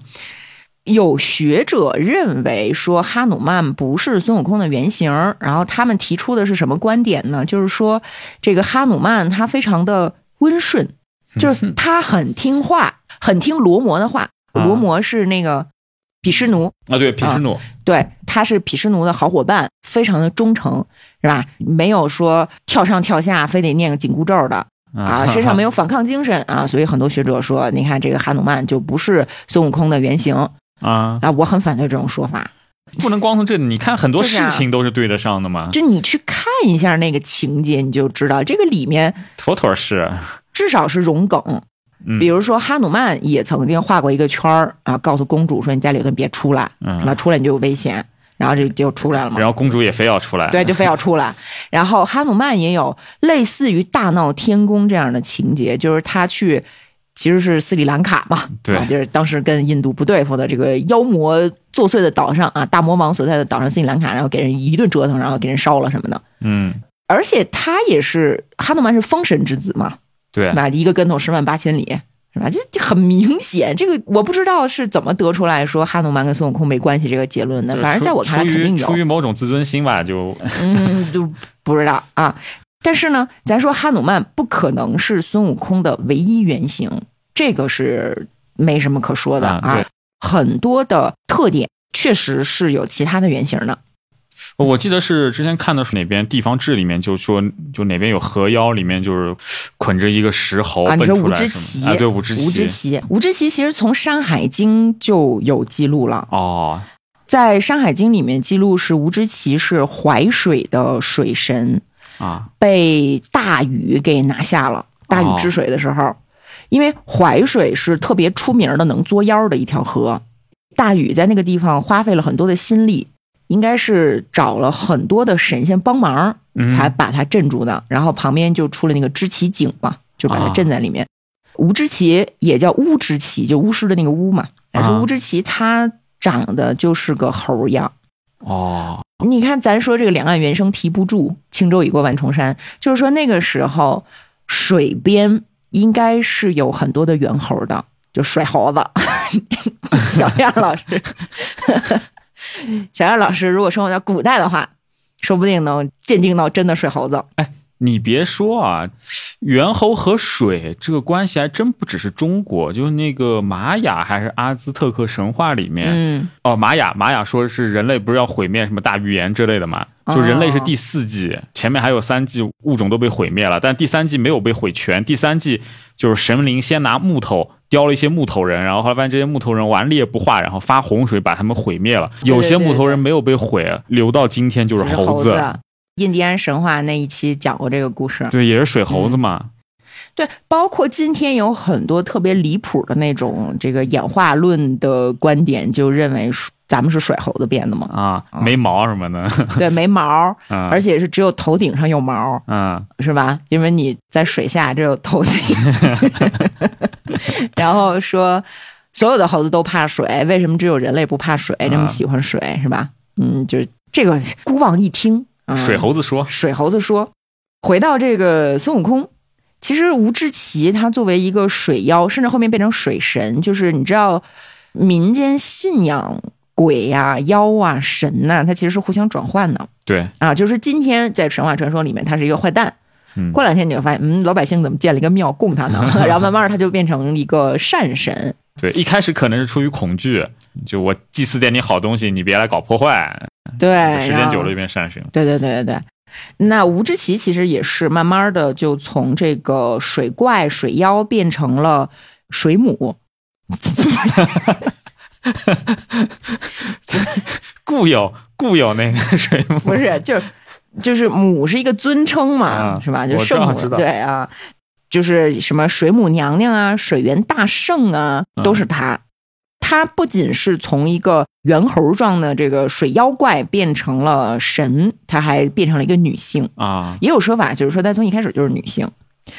S2: 有学者认为说哈努曼不是孙悟空的原型儿，然后他们提出的是什么观点呢？就是说这个哈努曼他非常的温 顺，嗯就是他很听话，很听罗摩的话。
S1: 啊
S2: 罗摩是那个毗湿奴，
S1: 啊，对，毗湿奴
S2: 对，他是毗湿奴的好伙伴，非常的忠诚，是吧？没有说跳上跳下，非得念个紧箍咒的啊，身上没有反抗精神啊，所以很多学者说，你看这个哈努曼就不是孙悟空的原型
S1: 啊，
S2: 啊，我很反对这种说法。
S1: 不能光从这，你看很多
S2: 就是啊
S1: 事情都是对得上的嘛，
S2: 就你去看一下那个情节，你就知道这个里面
S1: 妥妥是，
S2: 至少是融梗。
S1: 嗯
S2: 比如说哈努曼也曾经画过一个圈儿啊，告诉公主说你家里头别出来，
S1: 嗯
S2: 是吧？出来你就有危险，然后这就出来了嘛。
S1: 然后公主也非要出来，
S2: 对，就非要出来。然后哈姆曼也有类似于大闹天宫这样的情节，就是他去。其实是斯里兰卡嘛，
S1: 对
S2: 啊，就是当时跟印度不对付的这个妖魔作祟的岛上啊，大魔王所在的岛上斯里兰卡，然后给人一顿折腾，然后给人烧了什么的。
S1: 嗯，
S2: 而且他也是哈努曼是封神之子嘛，
S1: 对
S2: 对，吧？一个跟头十万八千里，是吧？这这很明显，这个我不知道是怎么得出来说哈努曼跟孙悟空没关系这个结论的。
S1: 就是
S2: 反正在
S1: 出
S2: 我看来
S1: 出
S2: 肯
S1: 于
S2: 定有
S1: 出于某种自尊心吧，就
S2: 嗯，就不知道啊。但是呢，咱说哈努曼不可能是孙悟空的唯一原型，这个是没什么可说的
S1: 啊
S2: 啊
S1: 对
S2: 很多的特点确实是有其他的原型的。
S1: 我记得是之前看的是哪边地方志里面就说，就哪边有河妖，里面就是捆着一个石猴
S2: 啊
S1: 奔
S2: 你说
S1: 出来
S2: 五只
S1: 什
S2: 旗
S1: 么，啊，对，五只
S2: 吴
S1: 旗，
S2: 之奇，吴之奇其实从《山海经》就有记录了，
S1: 哦，
S2: 在《山海经》里面记录是吴之奇是淮水的水神，
S1: 啊，
S2: 被大禹给拿下
S1: 哦
S2: 了。大禹治水的时候，因为淮水是特别出名的能作妖的一条河，大禹在那个地方花费了很多的心力，应该是找了很多的神仙帮忙
S1: 嗯
S2: 才把它镇住的。然后旁边就出了那个支旗井嘛，就
S1: 啊
S2: 把它镇在里面。吴支旗也叫乌支旗，就巫师的那个巫嘛。但是
S1: 啊
S2: 吴支旗它长得就是个猴样。
S1: 哦，
S2: 你看，咱说这个两岸猿声啼不住，轻舟已过万重山，就是说那个时候水边应该是有很多的猿猴的，就甩猴子。 小燕老师，小燕老师，如果生活在古代的话，说不定能鉴定到真的水猴子。
S1: 你别说啊，猿猴和水这个关系还真不只是中国，就是那个玛雅还是阿兹特克神话里面，
S2: 嗯，
S1: 哦，玛雅玛雅说是人类不是要毁灭什么大预言之类的嘛？就人类是第四季，前面还有三季物种都被毁灭了，但第三季没有被毁全。第三季就是神灵先拿木头雕了一些木头人，然后后来发现这些木头人顽劣不化，然后发洪水把他们毁灭了。有些木头人没有被毁，留到今天就是
S2: 就是
S1: 猴
S2: 猴子。啊印第安神话那一期讲过这个故事，
S1: 对，也是水猴子嘛。，
S2: 对，包括今天有很多特别离谱的那种这个演化论的观点，就认为说咱们是甩猴子变的嘛
S1: 啊，没毛什么的，
S2: 对，没毛，
S1: 嗯，
S2: 嗯而且是只有头顶上有毛，
S1: 嗯，
S2: 是吧？因为你在水下只有 头顶， 然后说所有的猴子都怕水，为什么只有人类不怕水，这么
S1: 啊
S2: 喜欢水，是吧？嗯，就是这个孤妄一听，嗯
S1: 水猴子说，
S2: 水猴子说：“回到这个孙悟空，其实吴志奇他作为一个水妖，甚至后面变成水神，就是你知道民间信仰鬼呀、妖啊、神呐、它其实是互相转换的
S1: 对，
S2: 啊。就是今天在神话传说里面，他是一个坏蛋。”
S1: 嗯
S2: 过两天你就发现，嗯，老百姓怎么建了一个庙供他呢？ 然后慢慢他就变成一个善神，
S1: 对，一开始可能是出于恐惧，就我祭祀点你好东西，你别来搞破坏。
S2: 对，
S1: 时
S2: 然
S1: 间
S2: 后
S1: 久了就变善神了。
S2: 对对对对对。那吴之奇其实也是慢慢的就从这个水怪、水妖变成了水母，
S1: 固有固有那个水母，
S2: 不 是，就是就是母是一个尊称嘛，
S1: 啊
S2: 是吧？就
S1: 我知
S2: 圣
S1: 道
S2: 母
S1: 知道
S2: 对啊，就是什么水母娘娘啊、水源大圣啊，
S1: 嗯
S2: 都是他。他不仅是从一个猿猴状的这个水妖怪变成了神，他还变成了一个女性。
S1: 啊，
S2: 也有说法就是说，她从一开始就是女性，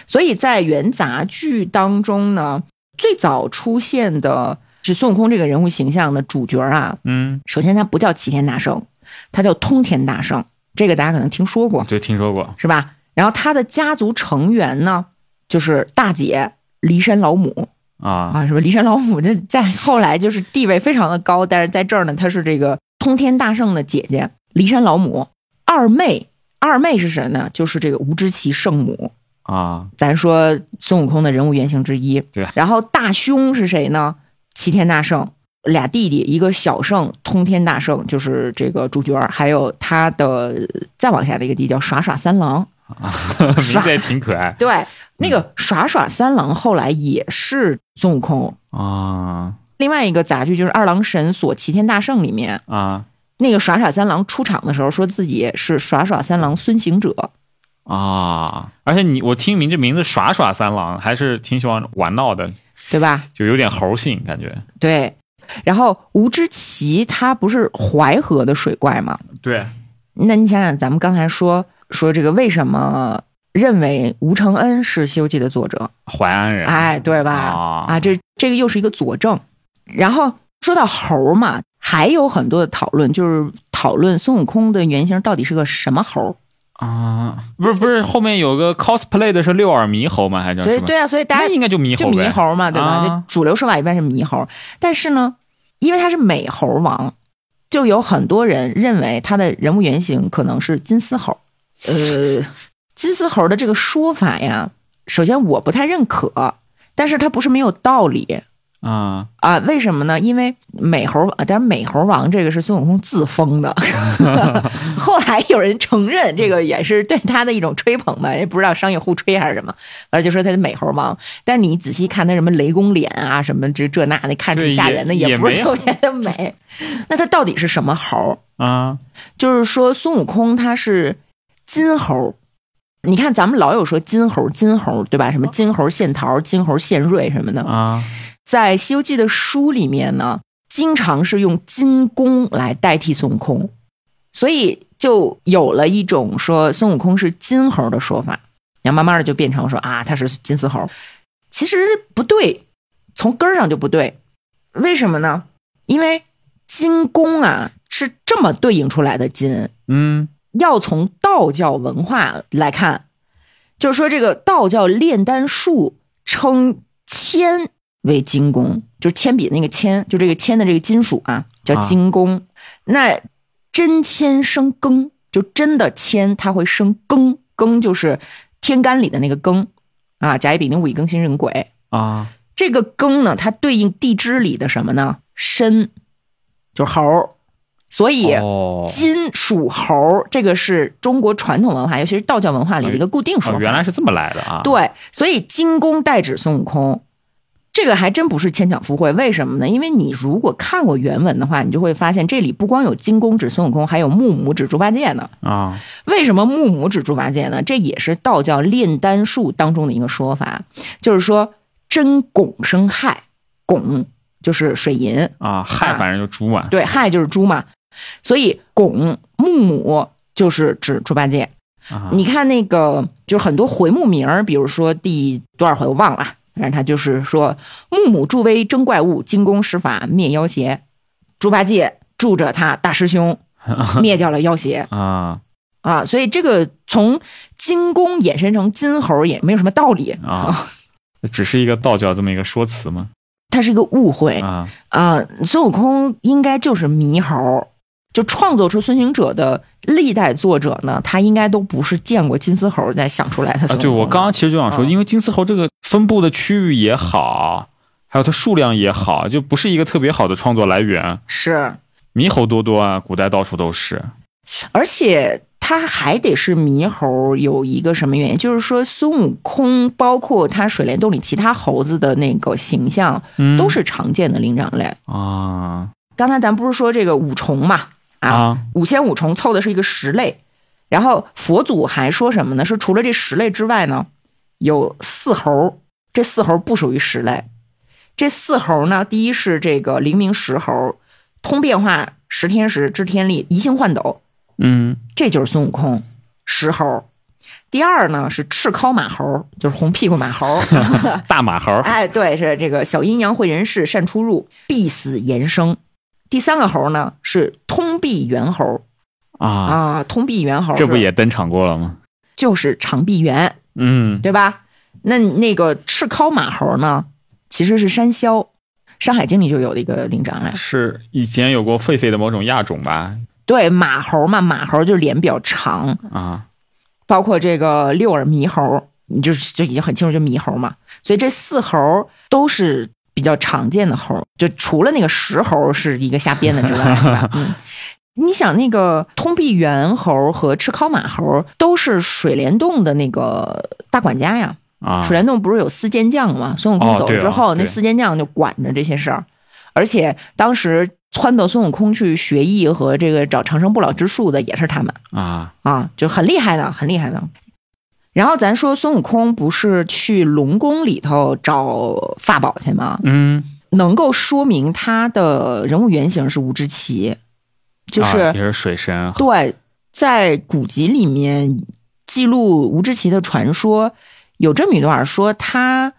S2: 所以在元杂剧当中呢，最早出现的是孙悟空这个人物形象的主角啊。
S1: 嗯，
S2: 首先，他不叫齐天大圣，他叫通天大圣，这个大家可能听说过，
S1: 对，听说过
S2: 是吧？然后他的家族成员呢，就是大姐骊山老母
S1: 啊，
S2: 啊，什么骊山老母，这在后来就是地位非常的高，但是在这儿呢，她是这个通天大圣的姐姐骊山老母，二妹，二妹是谁呢？就是这个吴之奇圣母，
S1: 啊，
S2: 咱说孙悟空的人物原型之一。
S1: 对
S2: 然后大兄是谁呢？齐天大圣，俩弟弟，一个小圣通天大圣，就是这个主角，还有他的再往下的一个弟叫耍耍三郎。
S1: 名
S2: 是啊
S1: 字也挺可爱
S2: 对，那个耍耍三郎后来也是孙悟空。
S1: 啊
S2: 另外一个杂剧就是《二郎神锁齐天大圣》里面，
S1: 啊
S2: 那个耍耍三郎出场的时候说自己是耍耍三郎孙行者，
S1: 啊！而且你我听名这名字耍耍三郎，还是挺喜欢玩闹的，
S2: 对吧？
S1: 就有点猴性感觉。
S2: 对。然后吴之奇他不是淮河的水怪吗？
S1: 对，
S2: 那你想想，咱们刚才说说这个，为什么认为吴承恩是《西游记》的作者？
S1: 淮安人
S2: 哎，对吧？
S1: 啊
S2: 啊，这这个又是一个佐证。然后说到猴儿嘛，还有很多的讨论，就是讨论孙悟空的原型到底是个什么猴儿。
S1: 啊，不是不是，后面有个 cosplay 的是六耳猕猴吗？还叫
S2: 所以
S1: 什么
S2: 对啊，所以大
S1: 那
S2: 家
S1: 应该就猕
S2: 就
S1: 猴呗
S2: 猕猴嘛，对吧？
S1: 啊
S2: 就主流说法一般是猕猴，但是呢，因为他是美猴王，就有很多人认为他的人物原型可能是金丝猴。呃，金丝猴的这个说法呀，首先我不太认可，但是它不是没有道理。
S1: 啊，
S2: 啊，为什么呢？因为美猴，啊当然美猴王这个是孙悟空自封 的，后来有人承认这个也是对他的一种吹捧吧，也不知道商业互吹还是什么，反正就说他是美猴王。但是你仔细看他什么雷公脸啊，什么这这那的，看挺
S1: 对
S2: 吓
S1: 也
S2: 人的，
S1: 也
S2: 不是
S1: 没
S2: 特别的美。那他到底是什么猴？
S1: 啊，
S2: 就是说孙悟空他是金猴。你看，咱们老有说金猴，金猴，对吧？什么金猴献桃、金猴献瑞什么的
S1: 啊，
S2: 在《西游记》的书里面呢，经常是用金弓来代替孙悟空，所以就有了一种说孙悟空是金猴的说法。然后慢慢的就变成说啊，他是金丝猴，其实不对，从根儿上就不对。为什么呢？因为金弓啊是这么对应出来的金，
S1: 嗯
S2: 要从道教文化来看，就是说这个道教炼丹术称铅为金工，就是铅笔那个铅，就这个铅的这个金属啊叫金工。那真铅生庚，就真的铅它会生庚，庚就是天干里的那个庚啊，甲乙丙丁戊己庚辛壬癸。
S1: 啊，
S2: 这个庚呢，它对应地支里的什么呢？申，就是猴儿，所以。
S1: 哦，
S2: 金属猴儿，这个是中国传统文化，尤其是道教文化里的一个固定说法。
S1: 哦，原来是这么来的啊，，
S2: 对，所以金弓代指孙悟空，这个还真不是牵强附会。为什么呢？因为你如果看过原文的话，你就会发现这里不光有金弓指孙悟空，还有木母指猪八戒呢。
S1: 啊，
S2: 为什么木母指猪八戒呢？这也是道教炼丹术当中的一个说法，就是说真汞生亥，汞就是水银，
S1: 啊，亥反正就猪啊嘛，
S2: 对，亥就是猪嘛，所以拱木母就是指猪八戒。
S1: 啊，
S2: 你看那个，就是很多回目名儿，比如说第多少回我忘了，反正他就是说木母助威争怪物，金弓施法灭妖邪，猪八戒助着他大师 兄灭掉了妖邪
S1: 啊
S2: 啊，所以这个从金弓衍生成金猴儿也没有什么道理
S1: 啊，只是一个道教这么一个说辞嘛，
S2: 它是一个误会。
S1: 啊，
S2: 啊、孙悟空应该就是猕猴儿，就创作出《孙行者》的历代作者呢，他应该都不是见过金丝猴儿再想出来的孙悟
S1: 啊，
S2: 空的。
S1: 对，我刚刚其实就想说，
S2: 嗯
S1: 因为金丝猴这个分布的区域也好，还有它数量也好，就不是一个特别好的创作来源。
S2: 是，
S1: 猕猴多多啊，古代到处都是
S2: 而且他还得是猕猴儿，有一个什么原因？就是说孙悟空，包括他水帘洞里其他猴子的那个形象，
S1: 嗯
S2: 都是常见的灵长类。
S1: 啊
S2: 刚才咱不是说这个五重嘛？啊
S1: 啊
S2: 五千五重凑的是一个十类，然后佛祖还说什么呢？是除了这十类之外呢，有四猴，这四猴不属于十类。这四猴呢，第一是这个灵明石猴，通变化十天时知天力，移形换斗，
S1: 嗯
S2: 这就是孙悟空，石猴。第二呢是赤尻马猴，就是红屁股马猴。
S1: 大马猴
S2: 哎，对，是这个小阴阳会人士，善出入，必死延生。第三个猴呢是通臂猿猴，
S1: 啊，
S2: 啊，通臂猿猴
S1: 这不
S2: 是
S1: 也登场过了吗？
S2: 就是长臂猿，
S1: 嗯
S2: 对吧？那那个赤尻马猴呢，其实是山魈，《山海经》里就有的一个灵长类。啊
S1: 是以前有过狒狒的某种亚种吧？
S2: 对，马猴嘛，马猴就是脸比较长，
S1: 啊
S2: 包括这个六耳猕猴，你就是就已经很清楚，就猕猴嘛。所以这四猴都是比较常见的猴，就除了那个石猴是一个瞎编的之外，是 吧？嗯。你想那个通臂猿猴和赤尻马猴都是水帘洞的那个大管家呀，
S1: 啊
S2: 水帘洞不是有四监将吗？孙悟空
S1: 哦
S2: 走
S1: 对
S2: 了
S1: 啊
S2: 之后，那
S1: 对
S2: 四监将就管着这些事儿，而且当时撺掇孙悟空去学艺和这个找长生不老之术的也是他们
S1: 啊
S2: 啊，就很厉害的，很厉害的。然后咱说孙悟空不是去龙宫里头找法宝去吗？
S1: 嗯，
S2: 能够说明他的人物原型是吴之奇，就是、
S1: 啊也是水神
S2: 对，在古籍里面记录吴之奇的传说，有这么一段儿说，他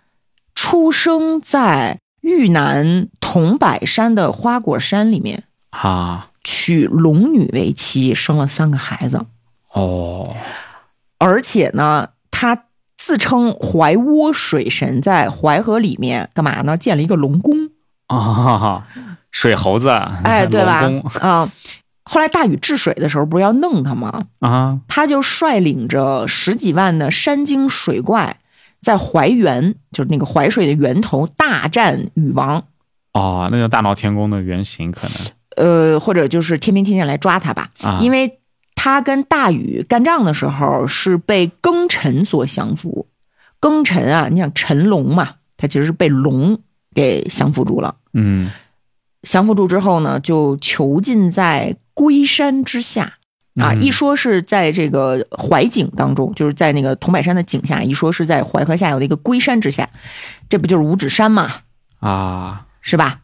S2: 出生在豫南桐柏山的花果山里面，
S1: 啊
S2: 娶龙女为妻，生了三个孩子，
S1: 哦
S2: 而且呢，他自称怀涡水神，在淮河里面干嘛呢？建了一个 龙宫，
S1: 啊，水猴子
S2: 哎，对吧
S1: 龙？
S2: 啊、后来大禹治水的时候，不是要弄他吗？
S1: 宫啊
S2: 他就率领着十几万的山精水怪，在淮源，就是那个淮水的源头大战禹王，
S1: 哦，那叫大闹天宫的原型可能
S2: 呃，或者就是天兵天将来抓他吧，
S1: 啊，
S2: 因
S1: 为
S2: 为他跟大禹干仗的时候是被庚辰所降服，庚辰啊，你想辰龙嘛，他其实是被龙给降服住了。
S1: 嗯
S2: 降服住之后呢，就囚禁在龟山之下啊，
S1: 嗯
S2: 一说是在这个怀景当中，就是在那个桐柏山的井下；一说是在淮河下游的一个龟山之下，这不就是五指山嘛，
S1: 啊，
S2: 是吧？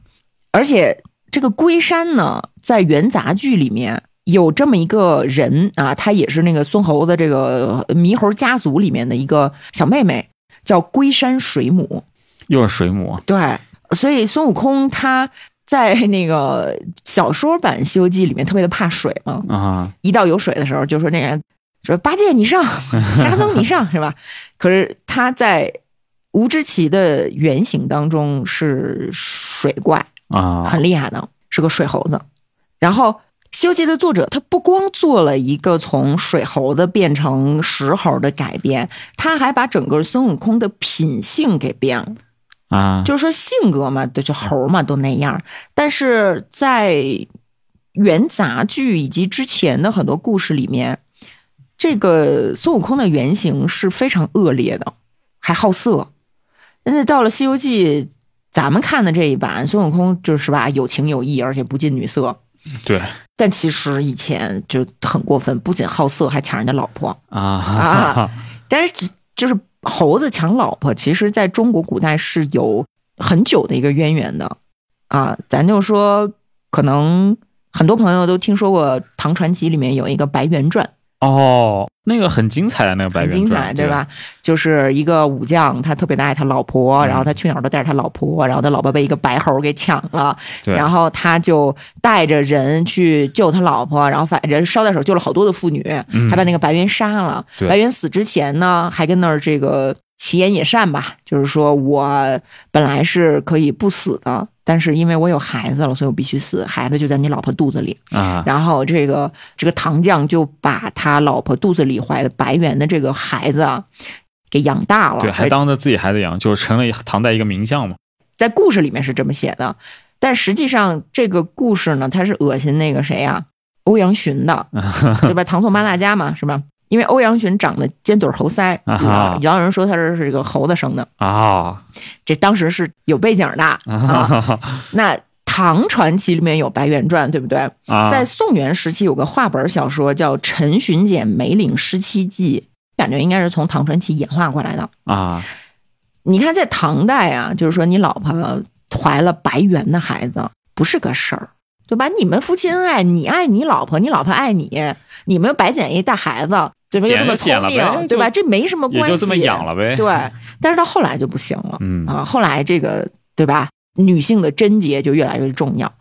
S2: 而且这个龟山呢，在元杂剧里面有这么一个人啊，她也是那个孙猴的这个猕猴家族里面的一个小妹妹，叫龟山水母。
S1: 又是水母，
S2: 对，所以孙悟空他在 那个小说版《西游记》里面特别的怕水嘛，
S1: 啊，
S2: 一到有水的时候，就说那人说八戒你上，沙僧你上，是吧？可是他在吴知奇的原型当中是水怪，
S1: 啊，
S2: 很厉害的，是个水猴子。然后《西游记》的作者他不光做了一个从水猴子变成石猴的改编，他还把整个孙悟空的品性给变了。
S1: 啊，
S2: 就是说性格嘛，对，就猴嘛都那样儿。但是在元杂剧以及之前的很多故事里面，这个孙悟空的原型是非常恶劣的，还好色。但是到了《西游记》，咱们看的这一版，孙悟空就是吧，有情有义，而且不近女色。
S1: 对
S2: 但其实以前就很过分，不仅好色，还抢人家老婆。
S1: 啊，哈哈
S2: 啊但是只就是猴子抢老婆，其实在中国古代是有很久的一个渊源的啊。咱就说，可能很多朋友都听说过《唐传奇》里面有一个《白猿传
S1: 哦，那个很精彩的那个》，白
S2: 很
S1: 猿
S2: 精
S1: 传
S2: 彩，对？吧？就是一个武将，他特别的爱他老婆，
S1: 嗯
S2: 然后他去哪儿都带着他老婆，然后他老婆被一个白猴给抢了，
S1: 对，
S2: 然后他就带着人去救他老婆，然后反正捎带手救了好多的妇女，
S1: 嗯
S2: 还把那个白猿杀了。
S1: 对
S2: 白猿死之前呢，还跟那儿这个奇言野善吧，就是说我本来是可以不死的，但是因为我有孩子了，所以我必须死。孩子就在你老婆肚子里。
S1: 啊，
S2: 然后这个这个唐将就把他老婆肚子里怀的白猿的这个孩子啊给养大了，
S1: 对，还当着自己孩子养，就是成了唐代一个名将嘛。
S2: 在故事里面是这么写的，但实际上这个故事呢，它是恶心那个谁啊，欧阳 询的，对吧？唐宋八大家嘛，是吧？因为欧阳询长得尖嘴猴腮，
S1: 啊哈
S2: 也有人说他是是这个猴子生的，
S1: 啊
S2: 这当时是有背景的啊。
S1: 啊
S2: 那唐传奇里面有《白猿传》，对不对？
S1: 啊！
S2: 在宋元时期有个话本小说叫《陈寻简梅岭失妻记》，感觉应该是从唐传奇演化过来的。
S1: 啊
S2: 你看，在唐代啊，就是说你老婆怀了白猿的孩子不是个事儿，对吧？你们夫妻恩爱，你爱你老婆，你老婆爱你，你们白捡一大孩子，对吧？又
S1: 捡
S2: 这么
S1: 捡了
S2: 聪
S1: 呗
S2: 明，对吧？这没什么
S1: 也
S2: 关系，
S1: 就这么养了呗。
S2: 对，但是到后来就不行了
S1: 嗯
S2: 啊，后来这个对吧？女性的贞洁就越来越重要。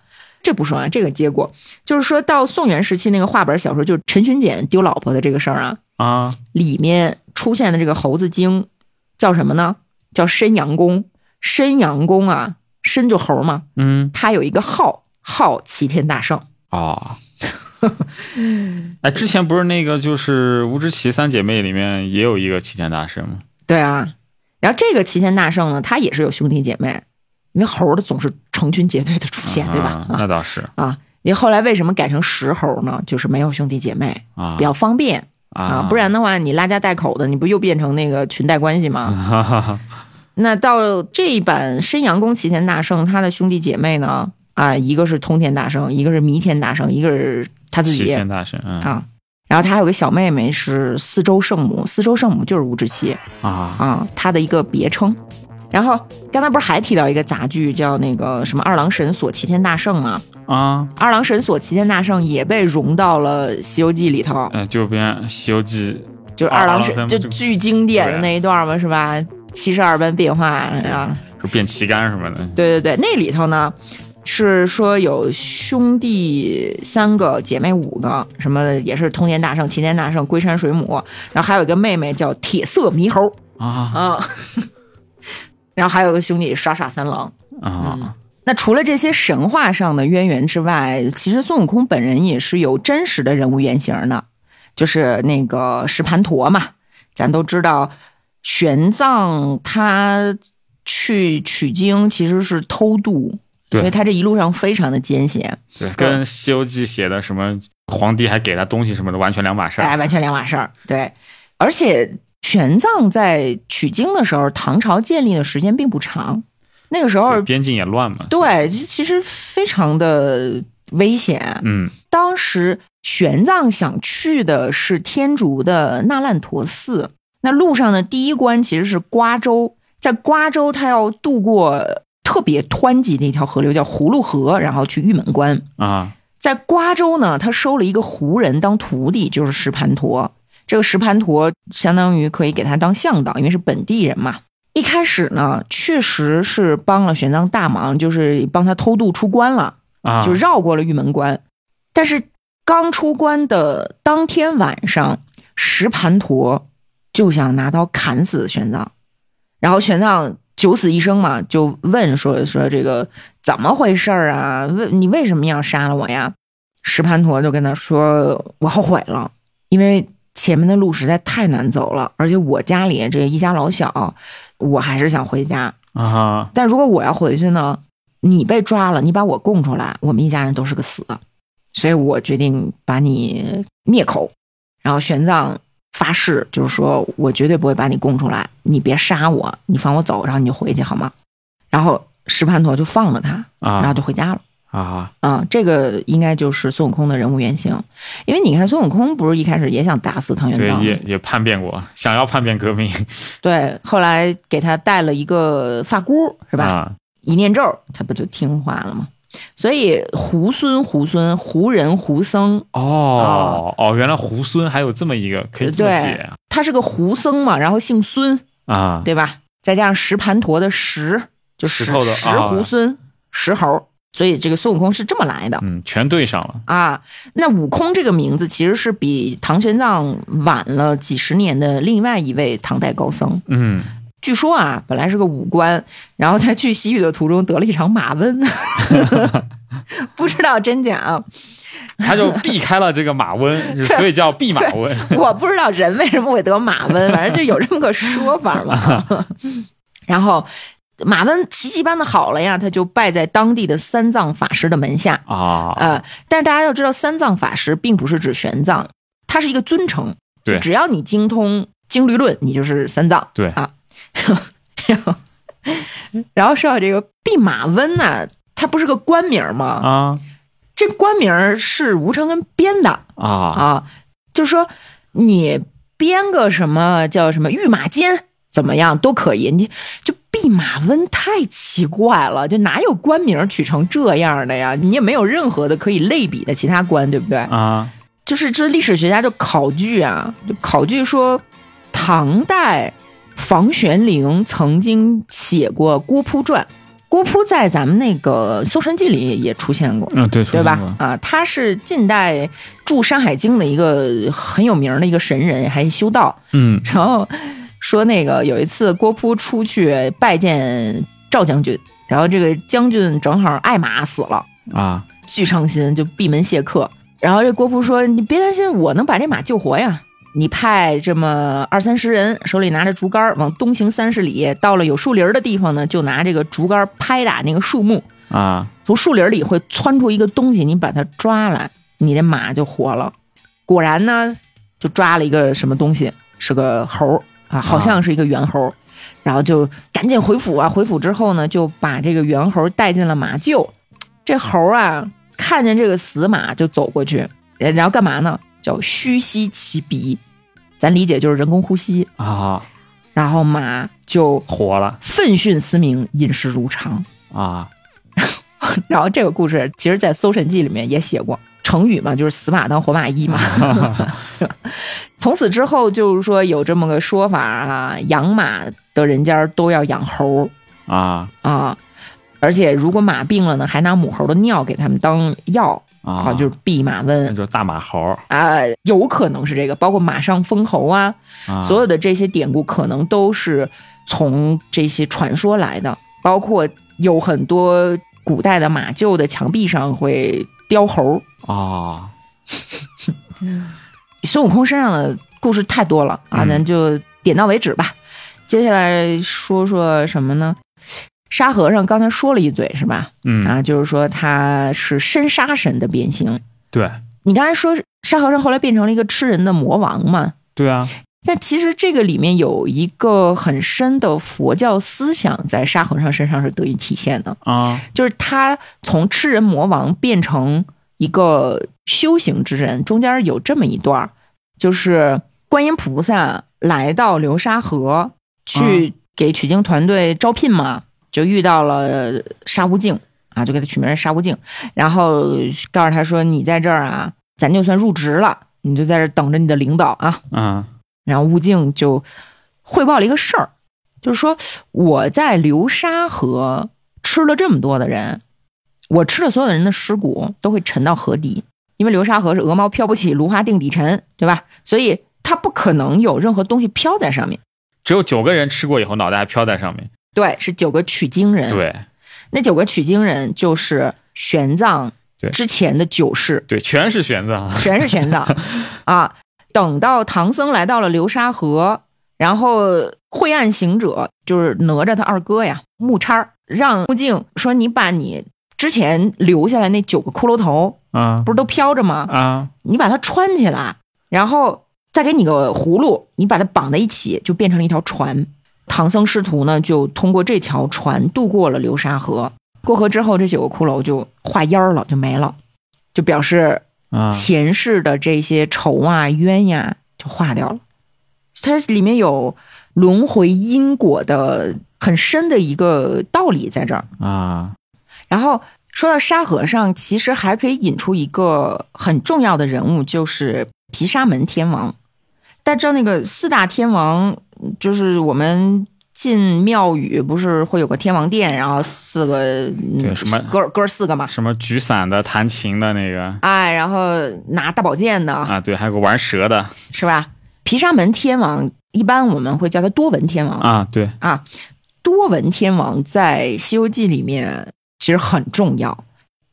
S2: 这不说啊，这个结果就是说到宋元时期那个话本小说，就是陈寻简丢老婆的这个事儿啊，
S1: 啊
S2: 里面出现的这个猴子精叫什么呢？叫申阳公。申阳公啊，申就猴嘛，
S1: 嗯
S2: 他有一个号，号齐天大圣。
S1: 哦。哎，之前不是那个就是吴知奇三姐妹里面也有一个齐天大圣吗？
S2: 对啊，然后这个齐天大圣呢，他也是有兄弟姐妹，因为猴的总是成群结队的出现，对吧
S1: 啊？
S2: 啊
S1: 那倒是
S2: 啊，也后来为什么改成石猴呢？就是没有兄弟姐妹，
S1: 啊，
S2: 比较方便
S1: 啊，
S2: 不然的话，你拉家带口的，你不又变成那个裙带关系吗？
S1: 哈哈哈
S2: 那到这一版《申阳宫齐天大圣》，他的兄弟姐妹呢？啊，一个是通天大圣，一个是弥天大圣，一个是他自
S1: 齐
S2: 己
S1: 天大圣，嗯
S2: 啊。然后他还有个小妹妹是四周圣母，四周圣母就是吴志奇
S1: 啊
S2: 啊，她的一个别称。然后刚才不是还提到一个杂剧叫那个什么二郎神锁齐天大圣吗？
S1: 啊，
S2: 二郎神锁齐天大圣也被融到了《西游记》里头，
S1: 呃，就变《西游记
S2: 就是二郎
S1: 二郎神
S2: 神就
S1: 就啊
S2: 巨经典的那一段嘛，是吧？七十二般变化啊，》
S1: 就变旗杆什么的，
S2: 对对对，那里头呢是说有兄弟三个，姐妹五个，什么也是通天大圣、齐天大圣、龟山水母，然后还有一个妹妹叫铁色猕猴
S1: 啊
S2: 啊， 然后还有个兄弟耍耍三郎。嗯
S1: 啊
S2: 那除了这些神话上的渊源之外，其实孙悟空本人也是有真实的人物原型的，就是那个石盘陀嘛。咱都知道，玄奘他去取经其实是偷渡
S1: 对
S2: 所以他这一路上非常的艰险，
S1: 对，跟《西游记》写的什么皇帝还给他东西什么的，完全两码事儿。
S2: 哎，完全两码事儿。对，而且玄奘在取经的时候，唐朝建立的时间并不长，那个时候
S1: 对边境也乱嘛。
S2: 对，其其实非常的危险。
S1: 嗯，
S2: 当时玄奘想去的是天竺的那烂陀寺，那路上的第一关其实是瓜州，在瓜州他要渡过特别湍急的一条河流，叫葫芦河，然后去玉门关。
S1: 啊，
S2: 在瓜州呢，他收了一个胡人当徒弟，就是石盘陀。这个石盘陀相当于可以给他当向导，因为是本地人嘛。一开始呢，确实是帮了玄奘大忙，就是帮他偷渡出关了，
S1: 啊，
S2: 就绕过了玉门关。但是刚出关的当天晚上，石盘陀就想拿刀砍死玄奘，然后玄奘九死一生嘛，就问说说这个怎么回事儿啊？问你为什么要杀了我呀？石盘陀就跟他说：“我后悔了，因为前面的路实在太难走了，而且我家里这一家老小，我还是想回家。
S1: 啊，
S2: 但如果我要回去呢，你被抓了，你把我供出来，我们一家人都是个死，所以我决定把你灭口。然后玄奘发誓，就是说我绝对不会把你供出来，你别杀我，你放我走，然后你就回去好吗？然后石盘陀就放了他，然后
S1: 啊
S2: 就回家了。
S1: 啊，
S2: 啊，这个应该就是孙悟空的人物原型，因为你看孙悟空不是一开始也想打死唐玄
S1: 对，
S2: 奘
S1: 也
S2: 吗，
S1: 也叛变过，想要叛变革命
S2: 对，后来给他戴了一个发箍，是
S1: 是
S2: 吧？
S1: 啊，
S2: 一念咒，他不就听话了吗？所以猢狲、猢狲、胡人、胡僧，
S1: 哦哦，原来猢狲还有这么一个可以这么
S2: 对
S1: 解啊
S2: 他是个胡僧嘛，然后姓孙，
S1: 啊
S2: 对吧？再加上石盘陀的石，就
S1: 石
S2: 石
S1: 头的
S2: 石
S1: 啊
S2: 猢狲、石猴，所以这个孙悟空是这么来的。
S1: 嗯，全对上了
S2: 啊，那悟空这个名字其实是比唐玄奘晚了几十年的另外一位唐代高僧。
S1: 嗯
S2: 据说啊，本来是个武官，然后在去西域的途中得了一场马瘟， 不知道真假啊。
S1: 他就避开了这个马 瘟，所以叫弼马瘟。
S2: 我不知道人为什么会得马瘟，反正就有这么个说法
S1: 啊
S2: 嘛。 然后马瘟奇迹般的好了呀，他就拜在当地的三藏法师的门下，
S1: 啊，
S2: 呃，但是大家要知道，三藏法师并不是指玄奘，它是一个尊称。
S1: 对
S2: 就只要你精通经律论，你就是三藏。
S1: 对
S2: 啊， 然后然后说到这个弼马温呢、它不是个官名儿吗？
S1: 啊
S2: 这官名儿是吴承恩编的
S1: 啊
S2: 啊，就说你编个什么叫什么御马监怎么样都可以，你就弼马温太奇怪了，就哪有官名取成这样的呀？你也没有任何的可以类比的其他官，对不对？
S1: 啊
S2: 就是这历史学家就考据啊，就考据说，唐代房玄龄曾经写过《郭璞传》，郭璞在咱们那个《搜神记》里也出现过。
S1: 嗯，对，
S2: 对
S1: 说清楚
S2: 吧
S1: 了？
S2: 啊，他是近代著《山海经》的一个很有名的一个神人，还修道。
S1: 嗯
S2: 然后说那个有一次郭璞出去拜见赵将军，然后这个将军正好爱马死了，
S1: 啊
S2: 巨伤心，就闭门谢客。然后这郭璞说：“你别担心，我能把这马救活呀。”你派这么二三十人，手里拿着竹竿，往东行三十里，到了有树林儿的地方呢，就拿这个竹竿拍打那个树木，
S1: 啊
S2: 从树林里会窜出一个东西，你把它抓来，你这马就活了。果然呢，就抓了一个什么东西，是个猴儿啊，好像是一个猿猴儿，然后就赶紧回府啊。回府之后呢，就把这个猿猴带进了马厩。这猴儿啊，看见这个死马就走过去，呃然后干嘛呢？叫虚吸其鼻，咱理解就是人工呼吸。
S1: 啊，
S2: 然后马就
S1: 活了
S2: 奋迅思鸣，饮食如常。
S1: 啊
S2: 然后这个故事其实，在《搜神记》里面也写过成语嘛，就是死马当活马医嘛。从此之后，就是说有这么个说法啊，养马的人家都要养猴
S1: 啊
S2: 啊，而且如果马病了呢，还拿母猴的尿给他们当药
S1: 啊，
S2: 就是弼马
S1: 那
S2: 温
S1: 就是大马猴儿
S2: 啊，有可能是这个，包括马上封侯啊，
S1: 啊，
S2: 所有的这些典故可能都是从这些传说来的，包括有很多古代的马厩的墙壁上会雕猴。
S1: 啊
S2: 孙悟空身上的故事太多了啊，
S1: 嗯
S2: 咱就点到为止吧。接下来说说什么呢？沙和尚刚才说了一嘴是吧？
S1: 嗯，
S2: 啊，就是说他是深沙神的变形。
S1: 对，
S2: 你刚才说沙和尚后来变成了一个吃人的魔王嘛？
S1: 对啊，
S2: 但其实这个里面有一个很深的佛教思想在沙和尚身上是得以体现的，
S1: 啊，
S2: 就是他从吃人魔王变成一个修行之人，中间有这么一段儿，就是观音菩萨来到流沙河去给取经团队招聘嘛，就遇到了沙悟净啊，就给他取名儿沙悟净，然后告诉他说：“你在这儿啊，咱就算入职了，你就在这儿等着你的领导啊。”
S1: 嗯
S2: 然后悟净就汇报了一个事儿，就是说我在流沙河吃了这么多的人，我吃了所有的人的尸骨都会沉到河底，因为流沙河是鹅毛飘不起，芦花定底沉，对吧？所以它不可能有任何东西飘在上面。
S1: 只有九个人吃过以后，脑袋还飘在上面。
S2: 对，是九个取经人，
S1: 对
S2: 那九个取经人就是玄奘
S1: 对
S2: 之前的九世，
S1: 对，全是玄奘。
S2: 全是玄奘啊。等到唐僧来到了流沙河，然后晦暗行者就是哪吒他二哥呀，木叉儿让悟净说：“你把你之前留下来那九个骷髅头，
S1: 啊
S2: 不是都飘着吗？
S1: 啊
S2: 你把它穿起来，然后再给你个葫芦，你把它绑在一起，就变成了一条船。唐僧师徒呢，就通过这条船渡过了流沙河。过河之后，这九个骷髅就化烟儿了，就没了，就表示
S1: 啊！
S2: 前世的这些仇啊、冤呀就化掉了。它里面有轮回因果的很深的一个道理在这儿。
S1: 啊，
S2: 然后说到沙和尚，其实还可以引出一个很重要的人物，就是毗沙门天王。大家知道那个四大天王，就是我们进庙宇不是会有个天王殿，然后四个嗯
S1: 对什么
S2: 哥哥四个嘛，
S1: 什么举伞的、弹琴的那个
S2: 哎，然后拿大宝剑的
S1: 啊，对，还有个玩蛇的
S2: 是吧？毗沙门天王一般我们会叫他多闻天王。
S1: 啊，对，
S2: 多闻天王在《西游记》里面其实很重要，